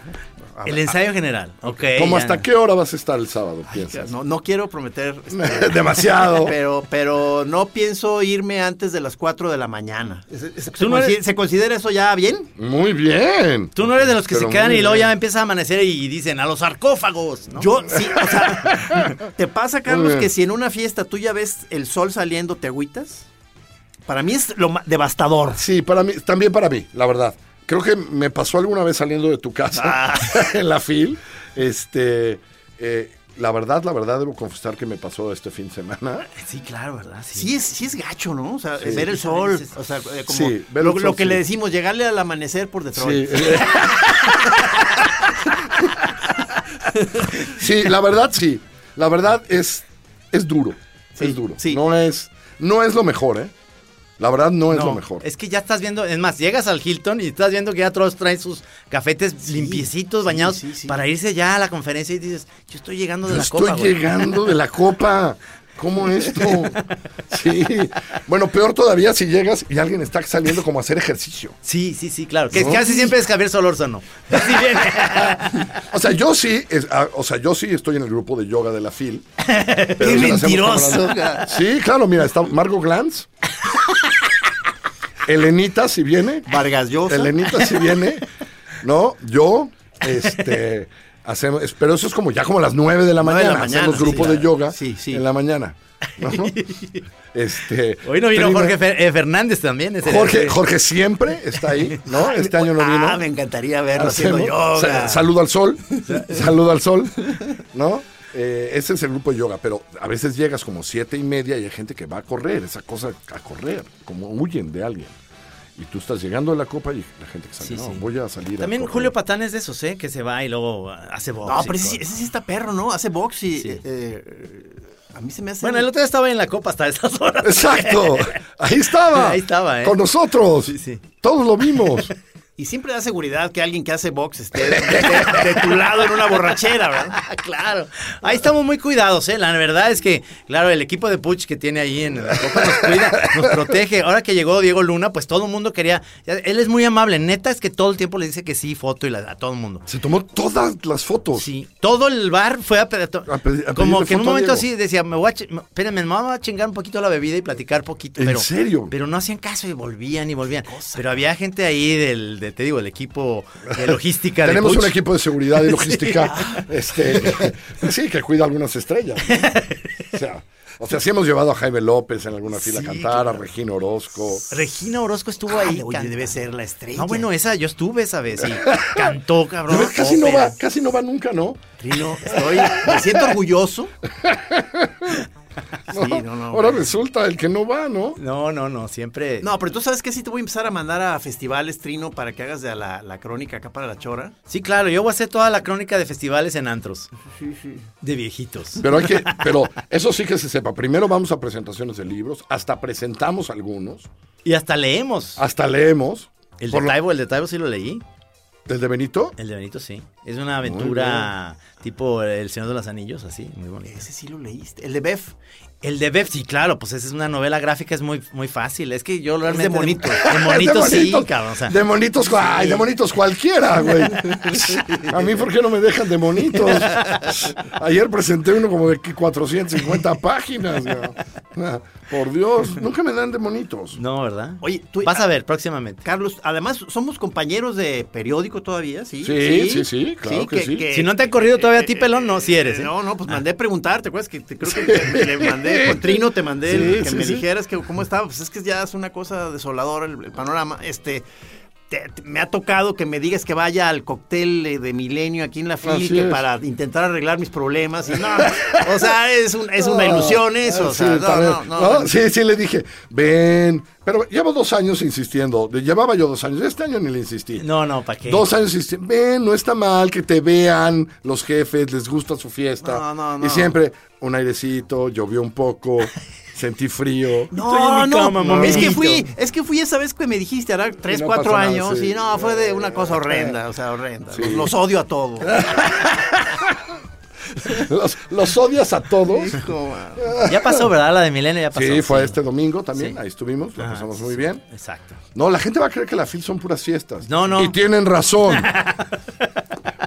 [SPEAKER 3] El ensayo general. Ok.
[SPEAKER 5] ¿Cómo
[SPEAKER 3] ya.
[SPEAKER 5] hasta qué hora vas a estar el sábado, piensas?
[SPEAKER 4] No, no quiero prometer. este,
[SPEAKER 5] Demasiado.
[SPEAKER 4] Pero, pero no pienso irme antes de las 4 de la mañana. ¿Se, se- se
[SPEAKER 3] Tú no
[SPEAKER 4] consi-
[SPEAKER 3] eres-
[SPEAKER 4] ¿se considera eso ya bien?
[SPEAKER 5] Muy bien.
[SPEAKER 3] Tú no eres de los que
[SPEAKER 5] Pero
[SPEAKER 3] se quedan
[SPEAKER 5] muy
[SPEAKER 3] y luego
[SPEAKER 5] bien.
[SPEAKER 3] ya empieza a amanecer y dicen a los sarcófagos, ¿no?
[SPEAKER 4] Yo, sí, o sea, ¿te pasa, Carlos,
[SPEAKER 5] bien.
[SPEAKER 4] que si en una fiesta tú ya ves el sol saliendo, te agüitas? Para mí es lo ma- devastador.
[SPEAKER 5] Sí, para mí, también para mí, la verdad. Creo que me pasó alguna vez saliendo de tu casa
[SPEAKER 4] Ah.
[SPEAKER 5] en la fil. Este, eh, la verdad, la verdad, debo confesar que me pasó este fin de semana.
[SPEAKER 3] Sí, claro, ¿verdad? Sí.
[SPEAKER 4] Sí es, sí es gacho, ¿no? O sea, ver el sol, o sea, eh, como
[SPEAKER 5] Sí, ver el
[SPEAKER 4] lo,
[SPEAKER 5] sol,
[SPEAKER 4] lo que
[SPEAKER 5] sí.
[SPEAKER 4] le decimos, llegarle al amanecer por
[SPEAKER 5] Sí. eh.
[SPEAKER 4] Detroit.
[SPEAKER 5] sí, la verdad, sí. La verdad es, es duro. es duro.
[SPEAKER 4] sí.
[SPEAKER 5] No es, no es lo mejor, ¿eh? La verdad no es
[SPEAKER 3] No,
[SPEAKER 5] lo mejor.
[SPEAKER 3] Es que ya estás viendo, es más, llegas al Hilton y estás viendo que ya todos traen sus cafetes limpiecitos, bañados,
[SPEAKER 4] sí, sí.
[SPEAKER 3] para irse ya a la conferencia y dices, yo estoy llegando de
[SPEAKER 5] Yo
[SPEAKER 3] la
[SPEAKER 5] estoy
[SPEAKER 3] copa, güey".
[SPEAKER 5] llegando de la copa. ¿Cómo esto? Sí. Bueno, peor todavía si llegas y alguien está saliendo como a hacer ejercicio.
[SPEAKER 3] Sí, sí, sí, claro. Que
[SPEAKER 5] No.
[SPEAKER 3] casi siempre es Javier Solórzano. Así viene.
[SPEAKER 5] O sea, yo sí, es- ah, o sea, yo sí estoy en el grupo de yoga de la FIL. Pero se la hacemos
[SPEAKER 4] mentiroso!
[SPEAKER 5] camarada. Sí, claro, mira, está Margo Glantz. Elenita si viene.
[SPEAKER 4] Vargas Llosa.
[SPEAKER 5] Elenita si viene. No, yo, este, hacemos, es- pero eso es como ya como a las 9 de la
[SPEAKER 4] Nueve de
[SPEAKER 5] mañana.
[SPEAKER 4] la
[SPEAKER 5] hacemos
[SPEAKER 4] mañana,
[SPEAKER 5] grupo
[SPEAKER 4] sí,
[SPEAKER 5] de
[SPEAKER 4] claro.
[SPEAKER 5] yoga
[SPEAKER 4] Sí, sí.
[SPEAKER 5] en la mañana. ¿no? Este,
[SPEAKER 3] Hoy no vino
[SPEAKER 5] Trina-
[SPEAKER 3] Jorge Fer- eh, Fernández también. ese-
[SPEAKER 5] Jorge, Jorge siempre está ahí, ¿no? Este año no vino.
[SPEAKER 4] Ah, me encantaría verlo haciendo
[SPEAKER 5] Hacemos-
[SPEAKER 4] yoga.
[SPEAKER 5] sa- Saludo al sol. saludo al sol. ¿No? Eh, ese es el grupo de yoga, pero a veces llegas como siete y media y hay gente que va a correr, esa cosa a correr, como huyen de alguien. Y tú estás llegando a la copa y la gente que sale,
[SPEAKER 3] Sí,
[SPEAKER 5] no,
[SPEAKER 3] sí.
[SPEAKER 5] voy a salir. a
[SPEAKER 3] También
[SPEAKER 5] correr".
[SPEAKER 3] Julio Patán es de esos, ¿eh? Que se va y luego ah, hace box.
[SPEAKER 4] No,
[SPEAKER 3] y
[SPEAKER 4] pero ese, sí-
[SPEAKER 3] todo.
[SPEAKER 4] ese sí está perro, ¿no? Hace box y
[SPEAKER 3] Sí.
[SPEAKER 4] eh, eh, a mí se me hace...
[SPEAKER 3] Bueno, el otro día estaba en la copa hasta esas horas.
[SPEAKER 5] Exacto, ahí estaba.
[SPEAKER 3] Ahí estaba, ¿eh?
[SPEAKER 5] Con nosotros.
[SPEAKER 3] Sí, sí.
[SPEAKER 5] Todos lo vimos.
[SPEAKER 4] Y siempre da seguridad que alguien que hace box esté de, de- de tu lado en una borrachera, ¿verdad?
[SPEAKER 3] claro. Ahí estamos muy cuidados, ¿eh? La verdad es que, claro, el equipo de Puch que tiene ahí en la Copa nos cuida, nos protege. Ahora que llegó Diego Luna, pues todo el mundo quería. ya, Él es muy amable. Neta es que todo el tiempo le dice que sí, foto y la, a todo el mundo.
[SPEAKER 5] Se tomó todas las fotos.
[SPEAKER 3] Sí, todo el bar fue a, pe- to-
[SPEAKER 5] A pedi- a
[SPEAKER 3] como
[SPEAKER 5] pedirle
[SPEAKER 3] que en un
[SPEAKER 5] foto a
[SPEAKER 3] momento
[SPEAKER 5] Diego.
[SPEAKER 3] así decía, me voy a, chi- me- espérenme, me voy a chingar un poquito la bebida y platicar poquito.
[SPEAKER 5] ¿En
[SPEAKER 3] pero,
[SPEAKER 5] serio?
[SPEAKER 3] Pero no hacían caso y volvían y volvían. Pero había gente ahí del, de, te digo, del equipo de logística. de
[SPEAKER 5] Tenemos un
[SPEAKER 3] Puch.
[SPEAKER 5] equipo de seguridad y logística, este, sí, que cuida algunas estrellas. ¿no? O sea, o sea, sí hemos llevado a Jaime López en alguna fila
[SPEAKER 3] Sí,
[SPEAKER 5] a cantar, a Regina Orozco.
[SPEAKER 3] Regina Orozco
[SPEAKER 5] Ah,
[SPEAKER 3] estuvo ahí.
[SPEAKER 4] Oye,
[SPEAKER 3] cantando.
[SPEAKER 4] debe ser la estrella.
[SPEAKER 3] No, bueno, esa, yo estuve esa vez y cantó,
[SPEAKER 5] Ya
[SPEAKER 3] cabrón.
[SPEAKER 5] ves, casi no
[SPEAKER 3] ópera.
[SPEAKER 5] va, casi no va nunca, ¿no?
[SPEAKER 4] Trino, estoy, me siento orgulloso
[SPEAKER 5] No,
[SPEAKER 4] no, no,
[SPEAKER 5] Ahora
[SPEAKER 4] bueno.
[SPEAKER 5] resulta el que no va, ¿no?
[SPEAKER 3] No, no, no, siempre.
[SPEAKER 4] No, pero tú sabes que sí te voy a empezar a mandar a festivales, Trino, para que hagas de la, la crónica acá para la chora.
[SPEAKER 3] Sí, claro, yo voy a hacer toda la crónica de festivales en antros. De viejitos.
[SPEAKER 5] Pero hay que, pero eso sí que se sepa. Primero vamos a presentaciones de libros, hasta presentamos algunos,
[SPEAKER 3] Y hasta leemos.
[SPEAKER 5] hasta leemos.
[SPEAKER 3] El de
[SPEAKER 5] Ah, Por lo-
[SPEAKER 3] Taibo, el de Taibo sí lo leí.
[SPEAKER 5] ¿El de Benito?
[SPEAKER 3] El de Benito sí. Es una aventura tipo El Señor de los Anillos, así, muy bonito.
[SPEAKER 4] Ese sí lo leíste. El de Bef.
[SPEAKER 3] El de Bev, sí, claro, pues esa es una novela gráfica, es muy, muy fácil. Es que yo realmente.
[SPEAKER 4] monito.
[SPEAKER 3] De,
[SPEAKER 5] De
[SPEAKER 3] monito sí,
[SPEAKER 5] monitos,
[SPEAKER 3] cabrón. O sea,
[SPEAKER 5] de monitos, ay, de monitos cualquiera, güey. A mí, ¿por qué no me dejan de monitos? Ayer presenté uno como de 450 páginas, güey. Por Dios, nunca me dan de monitos.
[SPEAKER 3] No, ¿verdad?
[SPEAKER 4] Oye, tú-
[SPEAKER 3] Vas a ver próximamente.
[SPEAKER 4] Carlos, además somos compañeros de periódico todavía, ¿sí?
[SPEAKER 5] Sí, sí, sí, claro que sí.
[SPEAKER 3] Si no te han corrido todavía a ti, pelón, no, sí eres, ¿eh?
[SPEAKER 4] No, no, pues mandé a preguntar, ¿te acuerdas que te- creo que te- me- le mandé con Trino, te mandé el-
[SPEAKER 5] Sí,
[SPEAKER 4] que
[SPEAKER 5] sí,
[SPEAKER 4] me
[SPEAKER 5] sí.
[SPEAKER 4] dijeras que cómo estaba? Pues es que ya es una cosa desoladora el, el panorama. Este, te- te- me ha tocado que me digas que vaya al cóctel eh, de milenio aquí en la
[SPEAKER 5] Así
[SPEAKER 4] FIL que
[SPEAKER 5] es.
[SPEAKER 4] para intentar arreglar mis problemas. y no, o sea, es, un- es una ilusión eso. o
[SPEAKER 5] Ah, Sí,
[SPEAKER 4] sea, no,
[SPEAKER 5] para-
[SPEAKER 4] no, no,
[SPEAKER 5] ¿no? Sí, sí, le dije, ven. Pero llevo dos años insistiendo. Llevaba yo dos años. Este año ni le insistí.
[SPEAKER 3] No, no, ¿para qué?
[SPEAKER 5] Dos años y ven, no está mal que te vean los jefes, les gusta su fiesta.
[SPEAKER 4] No, no, no.
[SPEAKER 5] Y siempre un airecito, llovió un poco, sentí frío.
[SPEAKER 3] Estoy en
[SPEAKER 4] No,
[SPEAKER 3] mi
[SPEAKER 4] no,
[SPEAKER 3] cama, mamá.
[SPEAKER 4] es que
[SPEAKER 3] Mamito.
[SPEAKER 4] fui, es que fui esa vez que me dijiste, ahora tres,
[SPEAKER 5] no
[SPEAKER 4] cuatro
[SPEAKER 5] pasa nada,
[SPEAKER 4] años,
[SPEAKER 5] sí.
[SPEAKER 4] y no, fue de una cosa horrenda, o sea, horrenda.
[SPEAKER 5] Sí.
[SPEAKER 4] Los, los odio a todos.
[SPEAKER 5] Los, los odias a todos.
[SPEAKER 3] Ya pasó, ¿verdad? La de Milenio ya pasó.
[SPEAKER 5] Sí, fue este domingo también,
[SPEAKER 3] Sí.
[SPEAKER 5] ahí estuvimos, la
[SPEAKER 3] Ajá,
[SPEAKER 5] pasamos
[SPEAKER 3] sí,
[SPEAKER 5] muy
[SPEAKER 3] sí.
[SPEAKER 5] bien.
[SPEAKER 3] Exacto.
[SPEAKER 5] No, la gente va a creer que la FIL son puras fiestas.
[SPEAKER 3] No, no.
[SPEAKER 5] Y tienen razón.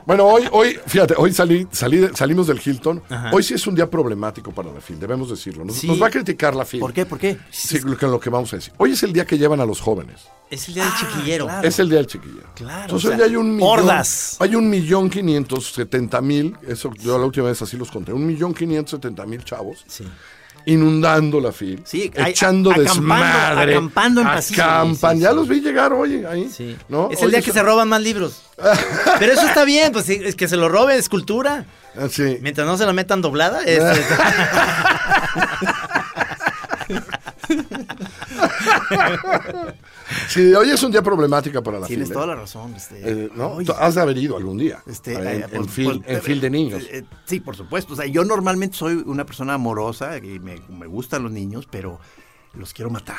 [SPEAKER 5] bueno, hoy, hoy, fíjate, hoy salí, salí de- salimos del Hilton.
[SPEAKER 3] Ajá.
[SPEAKER 5] Hoy sí es un día problemático para la FIL, debemos decirlo. Nos,
[SPEAKER 3] Sí.
[SPEAKER 5] nos va a criticar la FIL.
[SPEAKER 4] ¿Por qué? ¿Por qué?
[SPEAKER 5] Sí, lo que- lo que vamos a decir. Hoy es el día que llevan a los jóvenes.
[SPEAKER 3] Es el día del chiquillero.
[SPEAKER 5] Es el día del chiquillero.
[SPEAKER 3] Claro,
[SPEAKER 5] Entonces
[SPEAKER 3] o sea,
[SPEAKER 5] hoy hay un millón.
[SPEAKER 4] hordas.
[SPEAKER 5] Hay un millón quinientos setenta mil. Eso yo la última vez así los conté. Un millón quinientos setenta mil chavos.
[SPEAKER 3] Sí.
[SPEAKER 5] Inundando la fil.
[SPEAKER 4] Sí, hay-
[SPEAKER 5] echando
[SPEAKER 4] acampando-
[SPEAKER 5] desmadre.
[SPEAKER 4] acampando en pasillos.
[SPEAKER 5] Acampan.
[SPEAKER 3] Sí, sí,
[SPEAKER 5] ya
[SPEAKER 3] sí.
[SPEAKER 5] los vi llegar hoy ahí.
[SPEAKER 3] Sí.
[SPEAKER 5] ¿no?
[SPEAKER 3] Es el
[SPEAKER 5] Hoy
[SPEAKER 3] día que se roban más libros. Pero eso está bien, pues sí, es que se lo roben, es cultura.
[SPEAKER 5] Ah, sí.
[SPEAKER 3] Mientras no se la metan doblada, es- es-
[SPEAKER 5] Sí, hoy es un día problemática para la
[SPEAKER 4] Tienes
[SPEAKER 5] fil.
[SPEAKER 4] toda
[SPEAKER 5] ¿eh?
[SPEAKER 4] la razón. Este,
[SPEAKER 5] Eh, ¿no?
[SPEAKER 4] oye,
[SPEAKER 5] Tú Has de haber ido algún día.
[SPEAKER 4] este,
[SPEAKER 5] En,
[SPEAKER 4] eh,
[SPEAKER 5] en
[SPEAKER 4] pues,
[SPEAKER 5] fil,
[SPEAKER 4] pues,
[SPEAKER 5] en fil de niños.
[SPEAKER 4] eh, eh, sí, por supuesto. O sea, yo normalmente soy una persona amorosa y me, me gustan los niños, pero los quiero matar.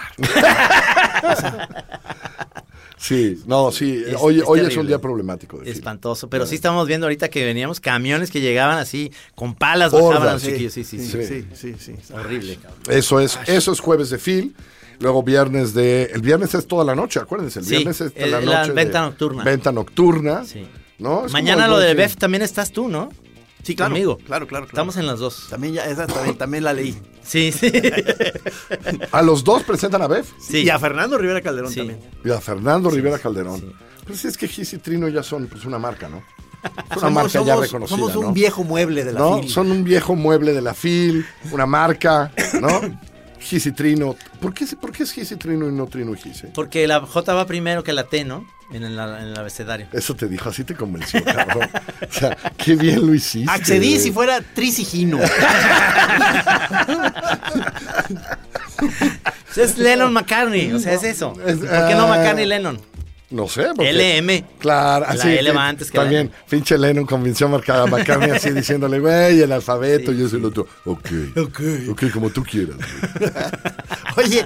[SPEAKER 5] Sí, no, sí.
[SPEAKER 3] Es-
[SPEAKER 5] hoy
[SPEAKER 3] es
[SPEAKER 5] hoy es un
[SPEAKER 3] terrible.
[SPEAKER 5] día problemático. De fil.
[SPEAKER 3] espantoso. Pero sí estamos viendo ahorita que veníamos camiones que llegaban así, con palas
[SPEAKER 5] Hordas,
[SPEAKER 3] bajaban a los
[SPEAKER 5] sí,
[SPEAKER 3] chiquillos. Sí, sí, sí.
[SPEAKER 5] Sí.
[SPEAKER 4] sí, sí. sí.
[SPEAKER 3] Horrible. cabrón.
[SPEAKER 5] Eso es, eso es jueves de Phil. Luego viernes de. El viernes es toda la noche, acuérdense. El
[SPEAKER 3] Sí,
[SPEAKER 5] viernes es
[SPEAKER 3] el-
[SPEAKER 5] la
[SPEAKER 3] la
[SPEAKER 5] noche. de
[SPEAKER 3] venta nocturna.
[SPEAKER 5] Venta nocturna.
[SPEAKER 3] Sí.
[SPEAKER 5] ¿no? Es
[SPEAKER 3] Mañana
[SPEAKER 5] como
[SPEAKER 3] lo de
[SPEAKER 5] el buen
[SPEAKER 3] Bef
[SPEAKER 5] fin.
[SPEAKER 3] también estás tú, ¿no?
[SPEAKER 4] Sí, claro,
[SPEAKER 3] Conmigo.
[SPEAKER 4] claro, claro, claro.
[SPEAKER 3] Estamos en las dos.
[SPEAKER 4] También ya, esa también, también la leí.
[SPEAKER 3] Sí, sí.
[SPEAKER 5] A los dos presentan a Bef
[SPEAKER 3] Sí.
[SPEAKER 4] Y a Fernando Rivera Calderón
[SPEAKER 3] Sí.
[SPEAKER 4] también.
[SPEAKER 5] y a Fernando Rivera Calderón. Pues es que Gis y Trino ya son pues, una marca, ¿no? Es una
[SPEAKER 4] Somos-
[SPEAKER 5] marca ya
[SPEAKER 4] somos-
[SPEAKER 5] reconocida.
[SPEAKER 4] Somos un
[SPEAKER 5] ¿no?
[SPEAKER 4] viejo mueble de la
[SPEAKER 5] ¿No?
[SPEAKER 4] fil.
[SPEAKER 5] Son un viejo mueble de la FIL, una marca, ¿no? Gis y Trino. ¿Por qué, por qué es Gis y Trino y no Trino y Gis? eh?
[SPEAKER 3] Porque la J va primero que la T, ¿no? En el, en el abecedario.
[SPEAKER 5] Eso te dijo, así te convenció, cabrón. O sea, qué bien lo hiciste.
[SPEAKER 4] Accedí
[SPEAKER 5] güey.
[SPEAKER 4] si fuera trisigino.
[SPEAKER 3] Es Lennon McCartney, o sea, es eso.
[SPEAKER 5] Es-
[SPEAKER 3] ¿Por qué no
[SPEAKER 5] ah.
[SPEAKER 3] McCartney Lennon?
[SPEAKER 5] No sé, porque...
[SPEAKER 3] LM.
[SPEAKER 5] Claro,
[SPEAKER 3] La
[SPEAKER 5] así.
[SPEAKER 3] L va
[SPEAKER 5] sí,
[SPEAKER 3] antes que la
[SPEAKER 5] También,
[SPEAKER 3] M.
[SPEAKER 5] pinche Lennon convenció a marcar a McCartney así diciéndole, güey, el alfabeto y eso y el otro. Ok. Ok. Ok, como tú quieras. güey.
[SPEAKER 4] Oye,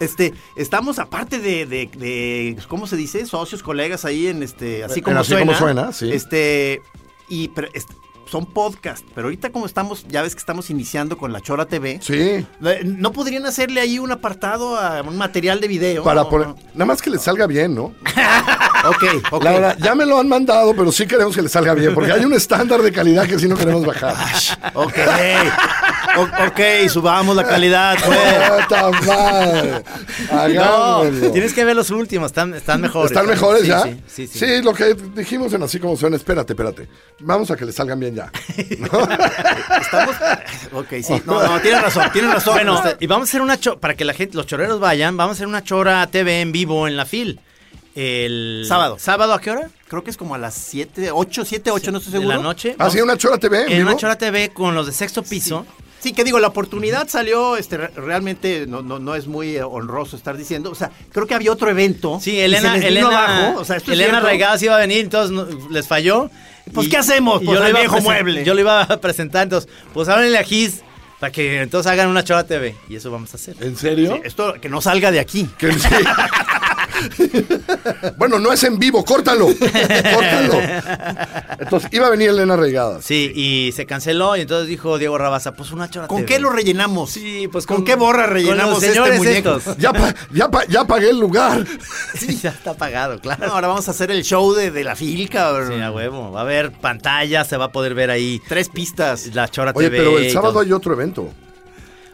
[SPEAKER 4] este, estamos aparte de, de- de, ¿cómo se dice? Socios, colegas ahí en este, así
[SPEAKER 5] En
[SPEAKER 4] como
[SPEAKER 5] Así
[SPEAKER 4] suena.
[SPEAKER 5] como suena, sí.
[SPEAKER 4] Este, y pero, es- son podcast, pero ahorita como estamos, ya ves que estamos iniciando con la Chora TV.
[SPEAKER 5] Sí.
[SPEAKER 4] eh, ¿No podrían hacerle ahí un apartado a un material de video?
[SPEAKER 5] Para
[SPEAKER 4] No,
[SPEAKER 5] poner.
[SPEAKER 4] no.
[SPEAKER 5] Nada más que le salga bien, ¿no?
[SPEAKER 4] Ok, ok.
[SPEAKER 5] La verdad, ya me lo han mandado, pero sí queremos que le salga bien, porque hay un estándar de calidad que sí no queremos bajar.
[SPEAKER 4] Ok, O- ok, subamos la calidad, pues.
[SPEAKER 5] ¡Puta madre!
[SPEAKER 3] No,
[SPEAKER 5] Hagámoslo.
[SPEAKER 3] tienes que ver los últimos, están, están mejores.
[SPEAKER 5] ¿Están mejores
[SPEAKER 3] Sí,
[SPEAKER 5] ya?
[SPEAKER 3] Sí, sí, sí.
[SPEAKER 5] lo que dijimos en así como suena. Espérate, espérate. Vamos a que le salgan bien ya.
[SPEAKER 4] Estamos. Ok, sí. No, no, tienes razón, tienes razón.
[SPEAKER 3] Bueno,
[SPEAKER 4] Usted-
[SPEAKER 3] Este, y vamos a hacer una chora, para que la gente, los choreros vayan, vamos a hacer una chora TV en vivo en la FIL. El
[SPEAKER 4] Sábado.
[SPEAKER 3] ¿Sábado a qué hora?
[SPEAKER 4] creo que es como a las 7, 8, 7, 8, no estoy
[SPEAKER 3] De
[SPEAKER 4] seguro. Ah,
[SPEAKER 3] la noche. Vamos-
[SPEAKER 5] ¿Así Ah, una chora TV? en
[SPEAKER 3] En
[SPEAKER 5] vivo?
[SPEAKER 3] una chora TV con los de sexto piso.
[SPEAKER 4] Sí, que digo, la oportunidad salió, este, re- realmente no, no, no es muy eh, honroso estar diciendo. O sea, creo que había otro evento.
[SPEAKER 3] Sí,
[SPEAKER 4] y se
[SPEAKER 3] Elena,
[SPEAKER 4] les vino
[SPEAKER 3] Elena,
[SPEAKER 4] abajo, o sea, esto es
[SPEAKER 3] Elena
[SPEAKER 4] cierto.
[SPEAKER 3] Regadas iba a venir, entonces no- les falló.
[SPEAKER 4] Pues, ¿qué hacemos?
[SPEAKER 3] y
[SPEAKER 4] Pues,
[SPEAKER 3] lo
[SPEAKER 4] al
[SPEAKER 3] iba a
[SPEAKER 4] viejo
[SPEAKER 3] presen-
[SPEAKER 4] mueble.
[SPEAKER 3] Yo lo iba a presentar, entonces, pues háblenle a Gis para que entonces hagan una chora TV. Y eso vamos a hacer.
[SPEAKER 5] ¿En serio?
[SPEAKER 4] Esto que no salga de aquí.
[SPEAKER 5] Que sí. bueno, no es en vivo, córtalo. Córtalo. Entonces, iba a venir Elena Reigadas.
[SPEAKER 3] Sí, y se canceló y entonces dijo Diego Rabaza, pues una chora
[SPEAKER 4] ¿Con
[SPEAKER 3] TV.
[SPEAKER 4] qué lo rellenamos?
[SPEAKER 3] Sí, pues
[SPEAKER 4] ¿Con qué borra
[SPEAKER 3] con
[SPEAKER 4] rellenamos
[SPEAKER 3] los
[SPEAKER 4] este
[SPEAKER 3] señores
[SPEAKER 4] muñeco?
[SPEAKER 3] estos.
[SPEAKER 5] Ya, pa- ya, pa- ya pagué el lugar.
[SPEAKER 3] Sí, ya está pagado,
[SPEAKER 4] No,
[SPEAKER 3] claro.
[SPEAKER 4] ahora vamos a hacer el show de, de la filca. o-
[SPEAKER 3] Sí, a huevo. Va a haber pantalla, se va a poder ver ahí
[SPEAKER 4] Tres pistas.
[SPEAKER 3] la chora
[SPEAKER 5] Oye,
[SPEAKER 3] TV.
[SPEAKER 5] pero
[SPEAKER 3] y
[SPEAKER 5] el sábado
[SPEAKER 3] todo.
[SPEAKER 5] hay otro evento.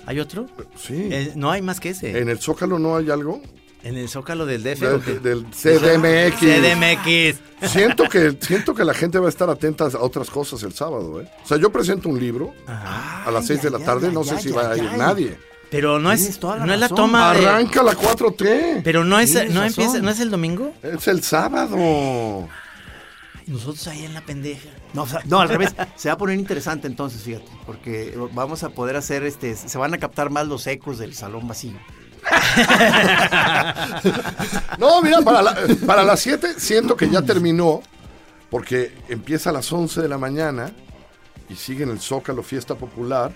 [SPEAKER 3] ¿Hay otro?
[SPEAKER 5] Sí.
[SPEAKER 3] Eh, no hay más que ese.
[SPEAKER 5] ¿En el Zócalo no hay algo?
[SPEAKER 3] En el Zócalo del DF.
[SPEAKER 5] De-
[SPEAKER 3] ¿o qué?
[SPEAKER 5] de- del CDMX.
[SPEAKER 3] CDMX.
[SPEAKER 5] Siento que, siento que la gente va a estar atenta a otras cosas el sábado, ¿eh? O sea, yo presento un libro a las 6 de la
[SPEAKER 4] Ay,
[SPEAKER 5] tarde,
[SPEAKER 4] ay,
[SPEAKER 5] no
[SPEAKER 4] ay,
[SPEAKER 5] sé si
[SPEAKER 4] ay,
[SPEAKER 5] va a
[SPEAKER 4] ay,
[SPEAKER 5] ir
[SPEAKER 4] ay.
[SPEAKER 5] nadie.
[SPEAKER 3] Pero no es,
[SPEAKER 4] Tienes toda la
[SPEAKER 3] no es la
[SPEAKER 4] razón.
[SPEAKER 3] toma de-
[SPEAKER 5] Arranca la 4T.
[SPEAKER 3] Pero no es,
[SPEAKER 4] Tienes
[SPEAKER 3] no
[SPEAKER 4] razón.
[SPEAKER 3] empieza, no es el domingo.
[SPEAKER 5] Es el sábado.
[SPEAKER 3] Ay, Nosotros ahí en la pendeja.
[SPEAKER 4] No, o sea, no, al revés. Se va a poner interesante entonces, fíjate. Porque vamos a poder hacer este. Se van a captar más los ecos del salón vacío.
[SPEAKER 5] No, mira, para, la- para las 7 siento que ya terminó, porque empieza a las 11 de la mañana y sigue en el Zócalo Fiesta Popular.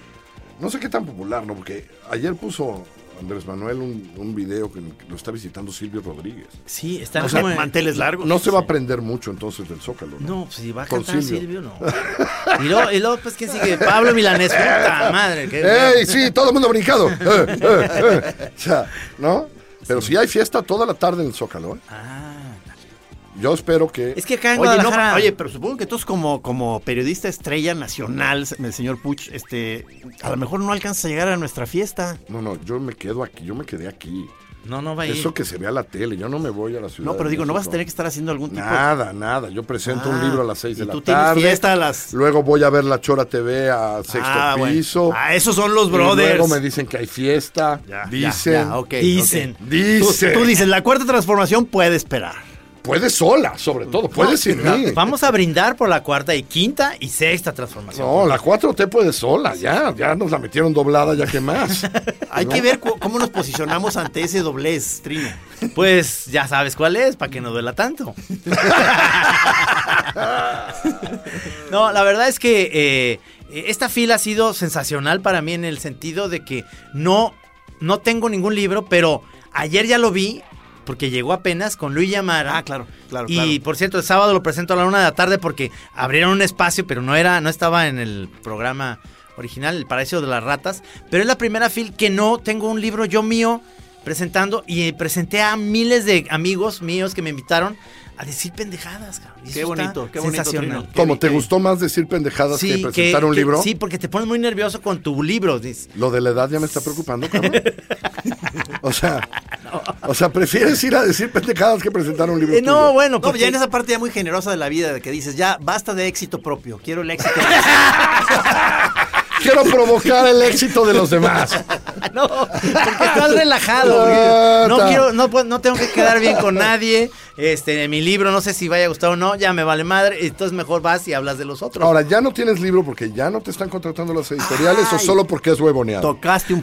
[SPEAKER 5] No sé qué tan popular, ¿no? Porque ayer puso Andrés Manuel un, un video que lo está visitando Silvio Rodríguez.
[SPEAKER 3] Sí, están
[SPEAKER 4] O sea,
[SPEAKER 3] como en-
[SPEAKER 4] manteles largos.
[SPEAKER 5] No se va a aprender mucho entonces del Zócalo, ¿no?
[SPEAKER 3] No, pues si va a
[SPEAKER 5] Con
[SPEAKER 3] cantar Silvio,
[SPEAKER 5] Silvio.
[SPEAKER 3] no. Y luego, y luego, pues, ¿quién sigue? Pablo Milanés. Puta madre. qué-
[SPEAKER 5] ¡Ey, sí! Todo el mundo brincado. Eh, eh, eh. O sea, ¿no? Pero si hay fiesta toda la tarde en el Zócalo, ¿eh?
[SPEAKER 3] Ah,
[SPEAKER 5] Yo espero que...
[SPEAKER 3] es que acá en
[SPEAKER 4] Oye, no,
[SPEAKER 3] Guadalajara.
[SPEAKER 4] oye, pero supongo que entonces como, como periodista estrella nacional, se- el señor Puch, este, a lo mejor no alcanza a llegar a nuestra fiesta.
[SPEAKER 5] No, no, yo me quedo aquí, yo me quedé aquí.
[SPEAKER 3] no, no va a ir.
[SPEAKER 5] Eso que se vea la tele, yo no me voy a la ciudad.
[SPEAKER 4] No, pero
[SPEAKER 5] de
[SPEAKER 4] digo, no vas a
[SPEAKER 5] México.
[SPEAKER 4] tener que estar haciendo algún tipo de...
[SPEAKER 5] Nada, nada. Yo presento un
[SPEAKER 4] Ah,
[SPEAKER 5] libro a las 6 de
[SPEAKER 4] y
[SPEAKER 5] la
[SPEAKER 4] tú tienes
[SPEAKER 5] tarde.
[SPEAKER 4] fiesta a las-
[SPEAKER 5] Luego voy a ver la Chora TV a sexto
[SPEAKER 4] Ah, bueno.
[SPEAKER 5] piso.
[SPEAKER 4] Ah, esos son los
[SPEAKER 5] Y
[SPEAKER 4] brothers.
[SPEAKER 5] Luego me dicen que hay fiesta.
[SPEAKER 4] Ya, ya,
[SPEAKER 5] dicen.
[SPEAKER 4] ya, ok,
[SPEAKER 3] Dicen.
[SPEAKER 4] ok.
[SPEAKER 5] Dicen.
[SPEAKER 4] Tú, tú dices, la cuarta transformación puede esperar.
[SPEAKER 5] Puedes sola, sobre todo. Puedes sin mí.
[SPEAKER 3] Ah, Vamos a brindar por la cuarta y quinta y sexta transformación.
[SPEAKER 5] No, la 4T puede sola, ya. Ya nos la metieron doblada, ya que más.
[SPEAKER 4] Hay
[SPEAKER 5] ¿No?
[SPEAKER 4] que ver cu- cómo nos posicionamos ante ese doblez, Trino.
[SPEAKER 3] Pues ya sabes cuál es, para que no duela tanto. no, la verdad es que eh, esta fila ha sido sensacional para mí en el sentido de que no, no tengo ningún libro, pero ayer ya lo vi porque llegó apenas con Luis Yamara.
[SPEAKER 4] Ah, claro, claro,
[SPEAKER 3] Y
[SPEAKER 4] claro.
[SPEAKER 3] por cierto, el sábado lo presento a la una de la tarde porque abrieron un espacio, pero no era, no estaba en el programa original, el Paraíso de las Ratas. Pero es la primera fil que no tengo un libro yo mío presentando y eh, presenté a miles de amigos míos que me invitaron a decir pendejadas. cabrón. Y
[SPEAKER 4] Qué
[SPEAKER 3] eso está
[SPEAKER 4] bonito, qué bonito,
[SPEAKER 3] Sensacional.
[SPEAKER 4] Trino.
[SPEAKER 5] Como te gustó más decir pendejadas
[SPEAKER 3] Sí,
[SPEAKER 5] que presentar un
[SPEAKER 3] que-
[SPEAKER 5] libro.
[SPEAKER 3] Sí, porque te pones muy nervioso con tu libro. dices,
[SPEAKER 5] Lo de la edad ya me está preocupando, cabrón. o sea, o sea, prefieres ir a decir pendejadas que presentar un libro.
[SPEAKER 3] eh, no,
[SPEAKER 5] tuyo?
[SPEAKER 3] bueno,
[SPEAKER 4] No,
[SPEAKER 3] porque-
[SPEAKER 4] ya en esa parte ya muy generosa de la vida, de que dices, ya, basta de éxito propio, quiero el éxito.
[SPEAKER 5] Quiero provocar el éxito de los demás.
[SPEAKER 3] No, porque estás relajado. porque No
[SPEAKER 5] Nota.
[SPEAKER 3] quiero, no, puedo- no tengo que quedar bien con nadie. Este, mi libro, no sé si vaya a gustar o no, ya me vale madre. Entonces mejor vas y hablas de los otros.
[SPEAKER 5] Ahora, ya no tienes libro porque ya no te están contratando las editoriales o solo porque es huevoneado.
[SPEAKER 4] Tocaste un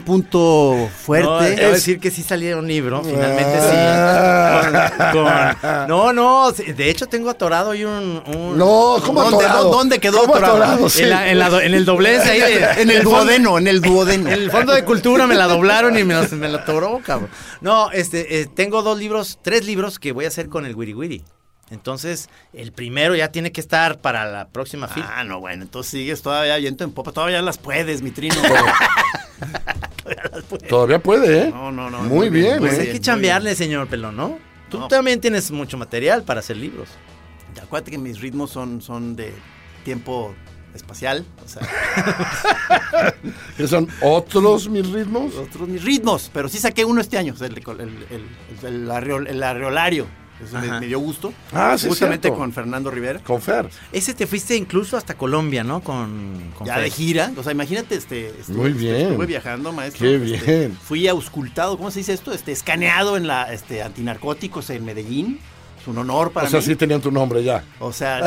[SPEAKER 3] No,
[SPEAKER 4] punto
[SPEAKER 3] te voy a
[SPEAKER 4] fuerte.
[SPEAKER 3] decir que sí salieron libro, finalmente sí.
[SPEAKER 5] Ah.
[SPEAKER 3] Con- con- no, no, de hecho tengo atorado hoy un. un-
[SPEAKER 5] No, ¿cómo
[SPEAKER 4] ¿Dónde-
[SPEAKER 5] atorado?
[SPEAKER 4] dónde quedó
[SPEAKER 5] ¿Cómo
[SPEAKER 4] atorado?
[SPEAKER 5] atorado? Sí.
[SPEAKER 3] en, la- en la do- en el doblez ahí. de-
[SPEAKER 4] en el duodeno, en el duodeno.
[SPEAKER 3] En el fondo de cultura me la doblaron y me, los- me la toró, cabrón. No, este, eh, tengo dos libros, tres libros que voy a hacer con el Wiri Wiri. Entonces, el primero ya tiene que estar para la próxima fila.
[SPEAKER 4] Ah, no, bueno, entonces sigues todavía viento en popa, todavía las puedes, mi Trino.
[SPEAKER 5] Todavía puede, ¿eh?
[SPEAKER 4] No, no, no.
[SPEAKER 5] Muy bien,
[SPEAKER 3] pues
[SPEAKER 5] ¿eh?
[SPEAKER 3] hay que chambearle, señor Pelón, ¿no? Tú
[SPEAKER 4] No.
[SPEAKER 3] también tienes mucho material para hacer libros.
[SPEAKER 4] Acuérdate que mis ritmos son, son de tiempo espacial, o sea,
[SPEAKER 5] ¿Qué son otros mis ritmos?
[SPEAKER 4] otros mis ritmos, pero sí saqué uno este año, o sea, el, el, el- el- el arreol- el arreolario, eso me, me dio gusto,
[SPEAKER 5] Ah, sí, es
[SPEAKER 4] justamente
[SPEAKER 5] cierto.
[SPEAKER 4] con Fernando Rivera,
[SPEAKER 5] Con Fer.
[SPEAKER 3] Ese te fuiste incluso hasta Colombia, ¿no? Con, con
[SPEAKER 4] ya
[SPEAKER 3] Fer.
[SPEAKER 4] de gira, o sea, imagínate, este, estuve-
[SPEAKER 5] Muy
[SPEAKER 4] este,
[SPEAKER 5] bien.
[SPEAKER 4] estuve viajando, maestro,
[SPEAKER 5] Qué
[SPEAKER 4] este,
[SPEAKER 5] bien.
[SPEAKER 4] fui auscultado, ¿cómo se dice esto? Este, escaneado en la, este, antinarcóticos en Medellín, Es un honor para
[SPEAKER 5] o sea,
[SPEAKER 4] mí.
[SPEAKER 5] sí tenían tu nombre ya.
[SPEAKER 4] O sea,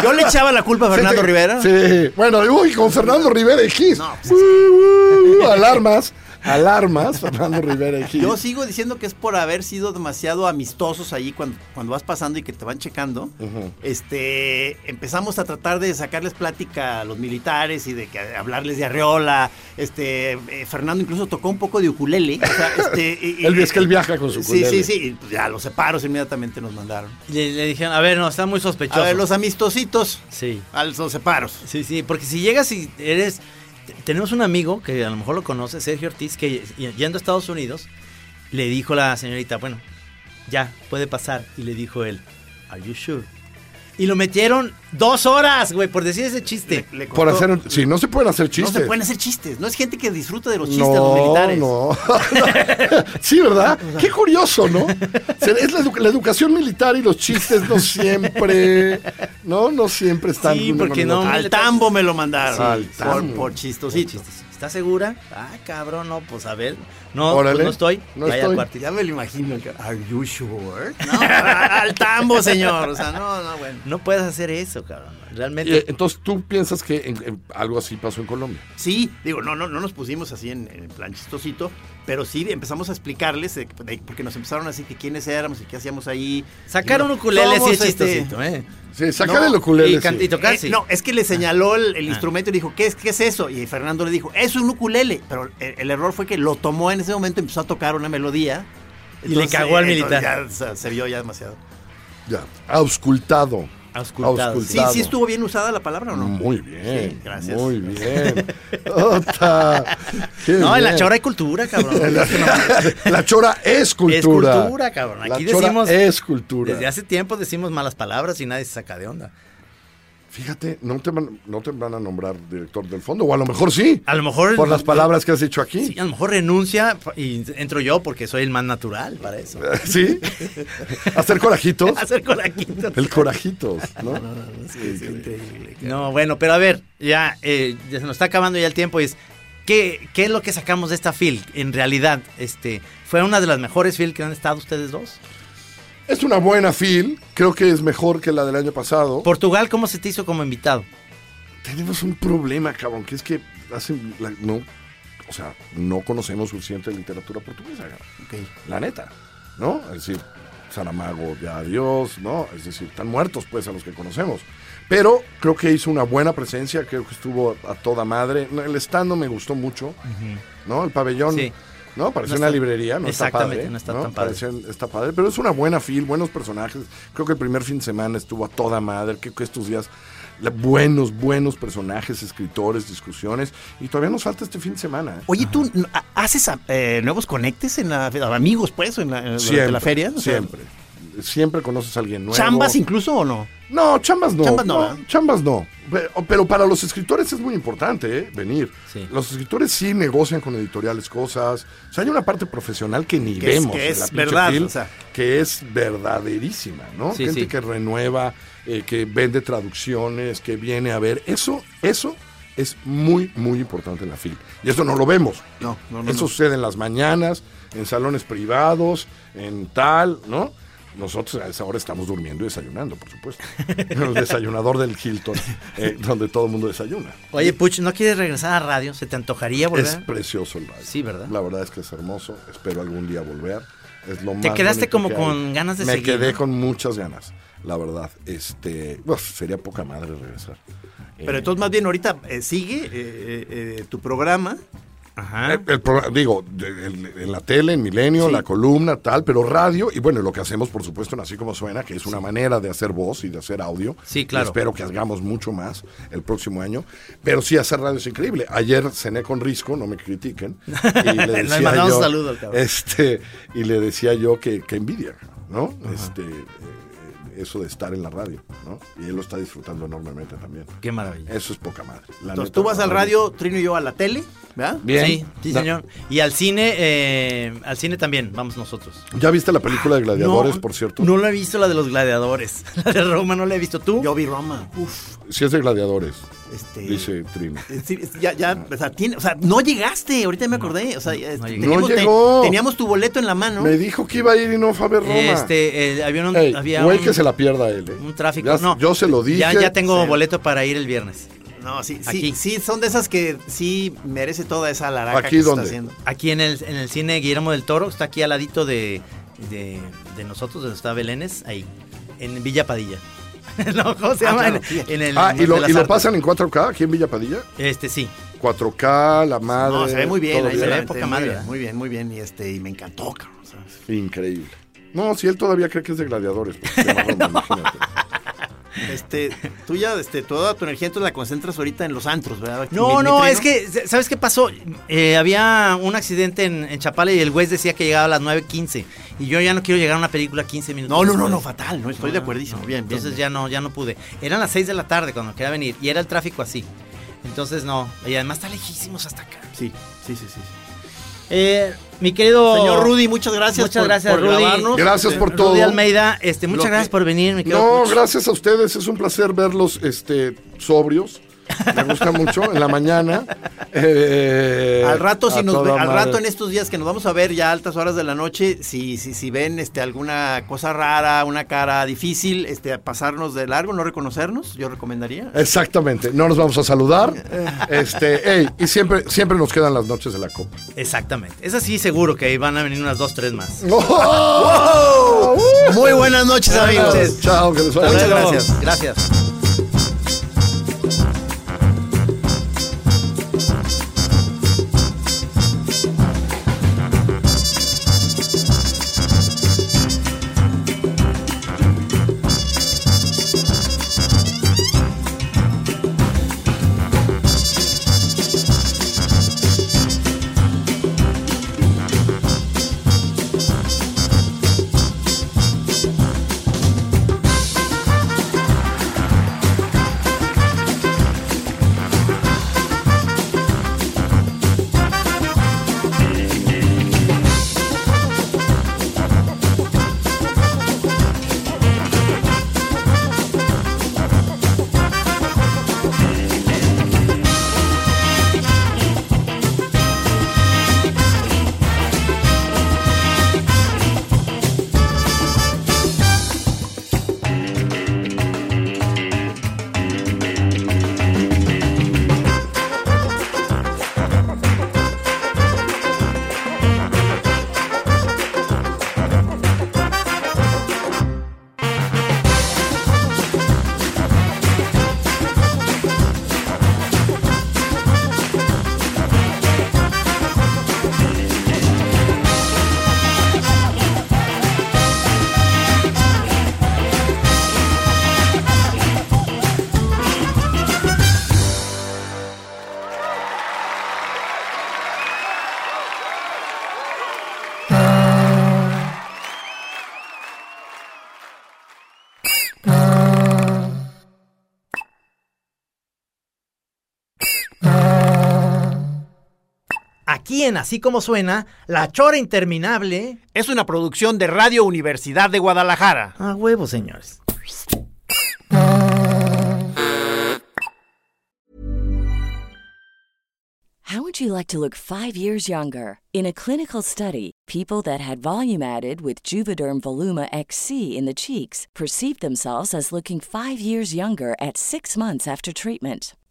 [SPEAKER 4] yo le echaba la culpa a Fernando
[SPEAKER 5] Sí, te-
[SPEAKER 4] Rivera.
[SPEAKER 5] Sí. Bueno, uy, con Fernando Rivera X.
[SPEAKER 4] No, pues,
[SPEAKER 5] alarmas, alarmas, Fernando Rivera X.
[SPEAKER 4] Yo sigo diciendo que es por haber sido demasiado amistosos allí cuando, cuando vas pasando y que te van checando. Este, empezamos a tratar de sacarles plática a los militares y de que hablarles de arreola. Este, eh, Fernando incluso tocó un poco de ukulele. O sea, este, y- y-
[SPEAKER 5] Él- es que él viaja con su
[SPEAKER 4] Sí,
[SPEAKER 5] ukulele.
[SPEAKER 4] sí, sí. y pues ya los separos inmediatamente nos mandaron.
[SPEAKER 3] Le, le dijeron, a ver, no, está muy
[SPEAKER 4] A
[SPEAKER 3] sospechoso.
[SPEAKER 4] ver, los amistositos
[SPEAKER 3] Sí.
[SPEAKER 4] a los separos.
[SPEAKER 3] Sí, sí, porque si llegas y eres... te- Tenemos un amigo que a lo mejor lo conoce, Sergio Ortiz, que y- yendo a Estados Unidos, le dijo la señorita, bueno, ya, puede pasar. Y le dijo él, ¿Are you sure? Y lo metieron dos horas, güey, por decir ese chiste.
[SPEAKER 4] Le
[SPEAKER 5] Por
[SPEAKER 4] costó-
[SPEAKER 5] hacer un- sí, no se pueden hacer
[SPEAKER 4] No
[SPEAKER 5] chistes.
[SPEAKER 4] se pueden hacer chistes. No es gente que disfruta de los chistes los
[SPEAKER 5] No,
[SPEAKER 4] militares.
[SPEAKER 5] no. sí, ¿verdad? Qué curioso, ¿no? Se- Es la, edu- la educación militar y los chistes no siempre, no, no siempre están.
[SPEAKER 3] Sí,
[SPEAKER 5] de una
[SPEAKER 3] porque
[SPEAKER 5] manera u
[SPEAKER 3] no-
[SPEAKER 5] otra.
[SPEAKER 4] Al tambo me lo mandaron.
[SPEAKER 5] Sí, Al
[SPEAKER 4] por-
[SPEAKER 5] tambo.
[SPEAKER 4] Por, chistosito.
[SPEAKER 3] ¿Estás segura? Ah, cabrón, no, pues a ver. No,
[SPEAKER 5] Órale.
[SPEAKER 3] pues no estoy.
[SPEAKER 5] No
[SPEAKER 3] Ya, ya,
[SPEAKER 5] estoy.
[SPEAKER 3] cuartito.
[SPEAKER 4] Ya me lo imagino. que, Are you sure? No, a- al tambo, señor. O sea, no, no, bueno.
[SPEAKER 3] No puedes hacer eso, cabrón. Realmente.
[SPEAKER 5] Eh, Entonces, ¿tú piensas que en- en algo así pasó en Colombia?
[SPEAKER 4] Sí, digo, no, no, no nos pusimos así en, en plan chistosito, pero sí empezamos a explicarles, de- de- porque nos empezaron así que quiénes éramos y qué hacíamos ahí.
[SPEAKER 3] Sacar un
[SPEAKER 4] Digo,
[SPEAKER 3] ukulele sí
[SPEAKER 4] somos,
[SPEAKER 3] es
[SPEAKER 4] este,
[SPEAKER 3] chistosito, ¿eh?
[SPEAKER 5] Sí, sacar
[SPEAKER 4] No,
[SPEAKER 5] el ukulele.
[SPEAKER 3] y can-
[SPEAKER 5] sí.
[SPEAKER 3] y tocar,
[SPEAKER 4] Eh,
[SPEAKER 3] sí.
[SPEAKER 4] no, es que le señaló el,
[SPEAKER 5] Ah.
[SPEAKER 4] el instrumento y le dijo, ¿qué es, ¿qué es eso? Y Fernando le dijo, es un ukulele. Pero el, el error fue que lo tomó en ese momento, empezó a tocar una melodía.
[SPEAKER 3] Y le cagó al
[SPEAKER 4] entonces
[SPEAKER 3] militar.
[SPEAKER 4] ya se- se vio ya demasiado.
[SPEAKER 5] Ya, auscultado.
[SPEAKER 3] Auscultado.
[SPEAKER 4] Sí, sí estuvo bien usada la palabra o no?
[SPEAKER 5] Muy bien.
[SPEAKER 4] Sí, gracias.
[SPEAKER 5] Muy bien. Ota, qué
[SPEAKER 3] No, en la
[SPEAKER 5] bien.
[SPEAKER 3] chora hay cultura, cabrón.
[SPEAKER 5] La, la chora es cultura.
[SPEAKER 3] Es cultura, cabrón.
[SPEAKER 5] La
[SPEAKER 3] Aquí
[SPEAKER 5] chora
[SPEAKER 3] decimos.
[SPEAKER 5] es cultura.
[SPEAKER 3] Desde hace tiempo decimos malas palabras y nadie se saca de onda.
[SPEAKER 5] Fíjate, no te, van, no te van a nombrar director del fondo, o a lo mejor sí.
[SPEAKER 3] A lo mejor.
[SPEAKER 5] Por las palabras que has dicho aquí.
[SPEAKER 3] Sí, a lo mejor renuncia y entro yo porque soy el más natural para eso.
[SPEAKER 5] ¿Sí? Hacer corajitos.
[SPEAKER 3] Hacer corajitos.
[SPEAKER 5] El corajitos, ¿no?
[SPEAKER 3] No, bueno, pero a ver, ya, eh, ya se nos está acabando ya el tiempo y es, ¿qué, qué es lo que sacamos de esta fil? En realidad, este, ¿fue una de las mejores fil que han estado ustedes dos?
[SPEAKER 5] Es una buena fil. Creo que es mejor que la del año pasado.
[SPEAKER 3] Portugal, ¿cómo se te hizo como invitado?
[SPEAKER 5] Tenemos un problema, cabrón, que es que hacen la- no, o sea, no conocemos suficiente literatura portuguesa, cabrón. la neta, ¿no? Es decir, Saramago, ya adiós, ¿no? Es decir, están muertos pues a los que conocemos. Pero creo que hizo una buena presencia, creo que estuvo a toda madre. No, El estando me gustó mucho, ¿no? El pabellón.
[SPEAKER 3] Sí.
[SPEAKER 5] No, parecía
[SPEAKER 3] No
[SPEAKER 5] una
[SPEAKER 3] está-
[SPEAKER 5] librería, no está
[SPEAKER 3] Exactamente,
[SPEAKER 5] padre.
[SPEAKER 3] no está tan padre.
[SPEAKER 5] Parecía- está padre, pero es una buena fil, buenos personajes. Creo que el primer fin de semana estuvo a toda madre. Creo que estos días, la- buenos, buenos personajes, escritores, discusiones. Y todavía nos falta este fin de semana. ¿eh?
[SPEAKER 4] Oye, ¿tú n- ha- haces a- eh, nuevos conectes en la fe- amigos, pues, en la, en- durante la feria? O sea,
[SPEAKER 5] Siempre. Siempre conoces a alguien nuevo.
[SPEAKER 4] ¿Chambas incluso o no?
[SPEAKER 5] No, chambas no.
[SPEAKER 4] Chambas no,
[SPEAKER 5] no,
[SPEAKER 4] ¿verdad?
[SPEAKER 5] chambas no. Pero, pero para los escritores es muy importante ¿eh? venir.
[SPEAKER 3] Sí.
[SPEAKER 5] Los escritores sí negocian con editoriales cosas. O sea, hay una parte profesional que ni
[SPEAKER 4] Que es-
[SPEAKER 5] vemos.
[SPEAKER 4] que
[SPEAKER 5] en
[SPEAKER 4] es
[SPEAKER 5] la pinche
[SPEAKER 4] verdad,
[SPEAKER 5] fil,
[SPEAKER 4] o sea.
[SPEAKER 5] Que es verdaderísima, ¿no?
[SPEAKER 3] Sí,
[SPEAKER 5] Gente
[SPEAKER 3] sí.
[SPEAKER 5] que renueva, eh, que vende traducciones, que viene a ver. Eso, eso es muy, muy importante en la fil. Y eso no lo vemos.
[SPEAKER 4] No, no, no,
[SPEAKER 5] Eso
[SPEAKER 4] no.
[SPEAKER 5] sucede en las mañanas, en salones privados, en tal, ¿no? Nosotros a esa hora estamos durmiendo y desayunando, por supuesto. En el desayunador del Hilton, eh, donde todo el mundo desayuna.
[SPEAKER 3] Oye, Puch, ¿no quieres regresar a radio? ¿Se te antojaría volver?
[SPEAKER 5] Es precioso el radio.
[SPEAKER 3] Sí, ¿verdad?
[SPEAKER 5] La verdad es que es hermoso. Espero algún día volver. Es lo
[SPEAKER 3] Te
[SPEAKER 5] más
[SPEAKER 3] quedaste
[SPEAKER 5] bonito
[SPEAKER 3] como
[SPEAKER 5] que
[SPEAKER 3] con
[SPEAKER 5] hay.
[SPEAKER 3] ganas de
[SPEAKER 5] Me
[SPEAKER 3] seguir,
[SPEAKER 5] quedé
[SPEAKER 3] ¿no?
[SPEAKER 5] con muchas ganas, la verdad. Este, uf, sería poca madre regresar.
[SPEAKER 4] Pero entonces, más bien, ahorita eh, sigue eh, eh, eh, tu programa.
[SPEAKER 3] Ajá.
[SPEAKER 4] ¿Ah?
[SPEAKER 5] Eh, el programa- digo, de- el- en la tele, en Milenio, la columna, tal, pero radio, y bueno, lo que hacemos, por supuesto, en Así Como Suena, que es una manera de hacer voz y de hacer audio.
[SPEAKER 3] Sí, claro.
[SPEAKER 5] Y espero que hagamos mucho más el próximo año, pero sí hacer radio es increíble. Ayer cené con Risco, no me critiquen, y le
[SPEAKER 3] Le
[SPEAKER 5] decía
[SPEAKER 3] mandamos
[SPEAKER 5] yo,
[SPEAKER 3] un saludo al cabrón.
[SPEAKER 5] este, y le decía yo que, que envidia, ¿no? Este, eh, eso de estar en la radio, ¿no? Y él lo está disfrutando enormemente también.
[SPEAKER 3] Qué maravilla.
[SPEAKER 5] Eso es poca madre. La
[SPEAKER 4] Entonces
[SPEAKER 5] neta,
[SPEAKER 4] tú vas al radio, Trino y yo a la tele, ¿verdad?
[SPEAKER 5] Bien.
[SPEAKER 3] Sí, sí,
[SPEAKER 5] No.
[SPEAKER 3] señor. Y al cine, eh, al cine también, vamos nosotros.
[SPEAKER 5] ¿Ya viste la película de Gladiadores,
[SPEAKER 3] Ah, No,
[SPEAKER 5] por cierto?
[SPEAKER 3] No la he visto, la de los gladiadores. La de Roma no la he visto. ¿Tú?
[SPEAKER 4] Yo vi Roma. Uf,
[SPEAKER 5] Sí es de Gladiadores,
[SPEAKER 4] este.
[SPEAKER 5] dice Trino.
[SPEAKER 4] es decir, es- ya, ya, o sea, tiene- o sea, no llegaste, ahorita me acordé. O sea, este,
[SPEAKER 3] no llegué.
[SPEAKER 4] teníamos,
[SPEAKER 5] No llegó.
[SPEAKER 4] teníamos tu boleto en la mano.
[SPEAKER 5] Me dijo que iba a ir y no fue a ver Roma.
[SPEAKER 3] Este, eh, había un,
[SPEAKER 5] Ey,
[SPEAKER 3] había
[SPEAKER 5] güey
[SPEAKER 3] un-
[SPEAKER 5] que se la pierda él, ¿eh?
[SPEAKER 3] un tráfico.
[SPEAKER 5] Ya-
[SPEAKER 3] no,
[SPEAKER 5] Yo se lo dije.
[SPEAKER 3] Ya, ya tengo
[SPEAKER 4] Sí.
[SPEAKER 3] boleto para ir el viernes.
[SPEAKER 4] No, sí, sí,
[SPEAKER 3] Aquí.
[SPEAKER 4] sí, son de esas que sí merece toda esa laraca
[SPEAKER 5] ¿Aquí
[SPEAKER 4] que se está
[SPEAKER 5] dónde?
[SPEAKER 4] haciendo.
[SPEAKER 3] Aquí en el, en el cine Guillermo del Toro, está aquí al ladito de, de, de nosotros, donde está Belénes, ahí, en Villa Padilla. no, ¿cómo se
[SPEAKER 4] Ah,
[SPEAKER 3] llama?
[SPEAKER 4] claro,
[SPEAKER 3] En-
[SPEAKER 4] sí.
[SPEAKER 3] en, el
[SPEAKER 5] Ah, y
[SPEAKER 3] de
[SPEAKER 5] lo,
[SPEAKER 3] las
[SPEAKER 5] y lo
[SPEAKER 3] artes.
[SPEAKER 5] pasan en 4K aquí en Villa Padilla.
[SPEAKER 3] Este, sí.
[SPEAKER 5] 4K, la madre.
[SPEAKER 4] No, se ve muy bien,
[SPEAKER 5] todo
[SPEAKER 4] ahí se
[SPEAKER 3] bien.
[SPEAKER 4] ve poca
[SPEAKER 3] Muy
[SPEAKER 4] madre.
[SPEAKER 3] bien.
[SPEAKER 4] Muy bien, muy bien, y este, y me encantó, cabrón. o sea,
[SPEAKER 5] Increíble. No, si él todavía cree que es de gladiadores. pues, qué marrón, imagínate.
[SPEAKER 4] Este, tú ya, este, toda tu energía entonces la concentras ahorita en los antros, ¿verdad? Mi-
[SPEAKER 3] No,
[SPEAKER 4] mi
[SPEAKER 3] no,
[SPEAKER 4] trino.
[SPEAKER 3] es que, ¿sabes qué pasó? Eh, había un accidente en, en Chapala y el juez decía que llegaba a las 9.15. Y yo ya no quiero llegar a una película 15 minutos.
[SPEAKER 4] No, no, no, no,
[SPEAKER 3] después.
[SPEAKER 4] fatal, no, estoy de acuerdísimo.
[SPEAKER 3] No,
[SPEAKER 4] bien, bien,
[SPEAKER 3] Entonces
[SPEAKER 4] bien.
[SPEAKER 3] ya no, ya no pude. Eran las 6 de la tarde cuando quería venir y era el tráfico así. Entonces no, y además está lejísimos hasta acá.
[SPEAKER 4] Sí, sí, sí, sí. sí.
[SPEAKER 3] Eh, mi querido
[SPEAKER 4] Señor Rudy, muchas gracias.
[SPEAKER 3] muchas
[SPEAKER 4] por-
[SPEAKER 3] gracias
[SPEAKER 4] por
[SPEAKER 3] Rudy.
[SPEAKER 4] grabarnos.
[SPEAKER 5] Gracias
[SPEAKER 4] Este,
[SPEAKER 5] por
[SPEAKER 3] Rudy
[SPEAKER 5] todo.
[SPEAKER 3] Almeida, este, muchas
[SPEAKER 5] Lo
[SPEAKER 3] gracias
[SPEAKER 5] que-
[SPEAKER 3] por venir, mi querido
[SPEAKER 5] No,
[SPEAKER 3] Puch.
[SPEAKER 5] gracias a ustedes. Es un placer verlos este, sobrios. Me gusta mucho en la mañana. Eh,
[SPEAKER 4] Al rato, si
[SPEAKER 5] a
[SPEAKER 4] nos ve-
[SPEAKER 5] toda
[SPEAKER 4] al
[SPEAKER 5] madre.
[SPEAKER 4] rato en estos días que nos vamos a ver ya a altas horas de la noche, si, si, si ven este, alguna cosa rara, una cara difícil, este, pasarnos de largo, no reconocernos, yo recomendaría.
[SPEAKER 5] Exactamente, no nos vamos a saludar. Este, ey, y siempre, siempre nos quedan las noches de la copa.
[SPEAKER 3] Exactamente. Es así seguro que van a venir unas dos, tres más.
[SPEAKER 4] Muy buenas noches,
[SPEAKER 5] Buenas
[SPEAKER 4] amigos.
[SPEAKER 5] noches. Chao, que les vaya
[SPEAKER 3] Hasta
[SPEAKER 5] bien.
[SPEAKER 3] luego.
[SPEAKER 4] gracias.
[SPEAKER 3] Gracias. Aquí en Así Como Suena, La Chora Interminable.
[SPEAKER 4] Es una producción de Radio Universidad de Guadalajara.
[SPEAKER 3] A huevo, señores.
[SPEAKER 8] How would you like to look five years younger? In a clinical study, people that had volume added with Juvederm Voluma XC in the cheeks perceived themselves as looking five years younger at six months after treatment.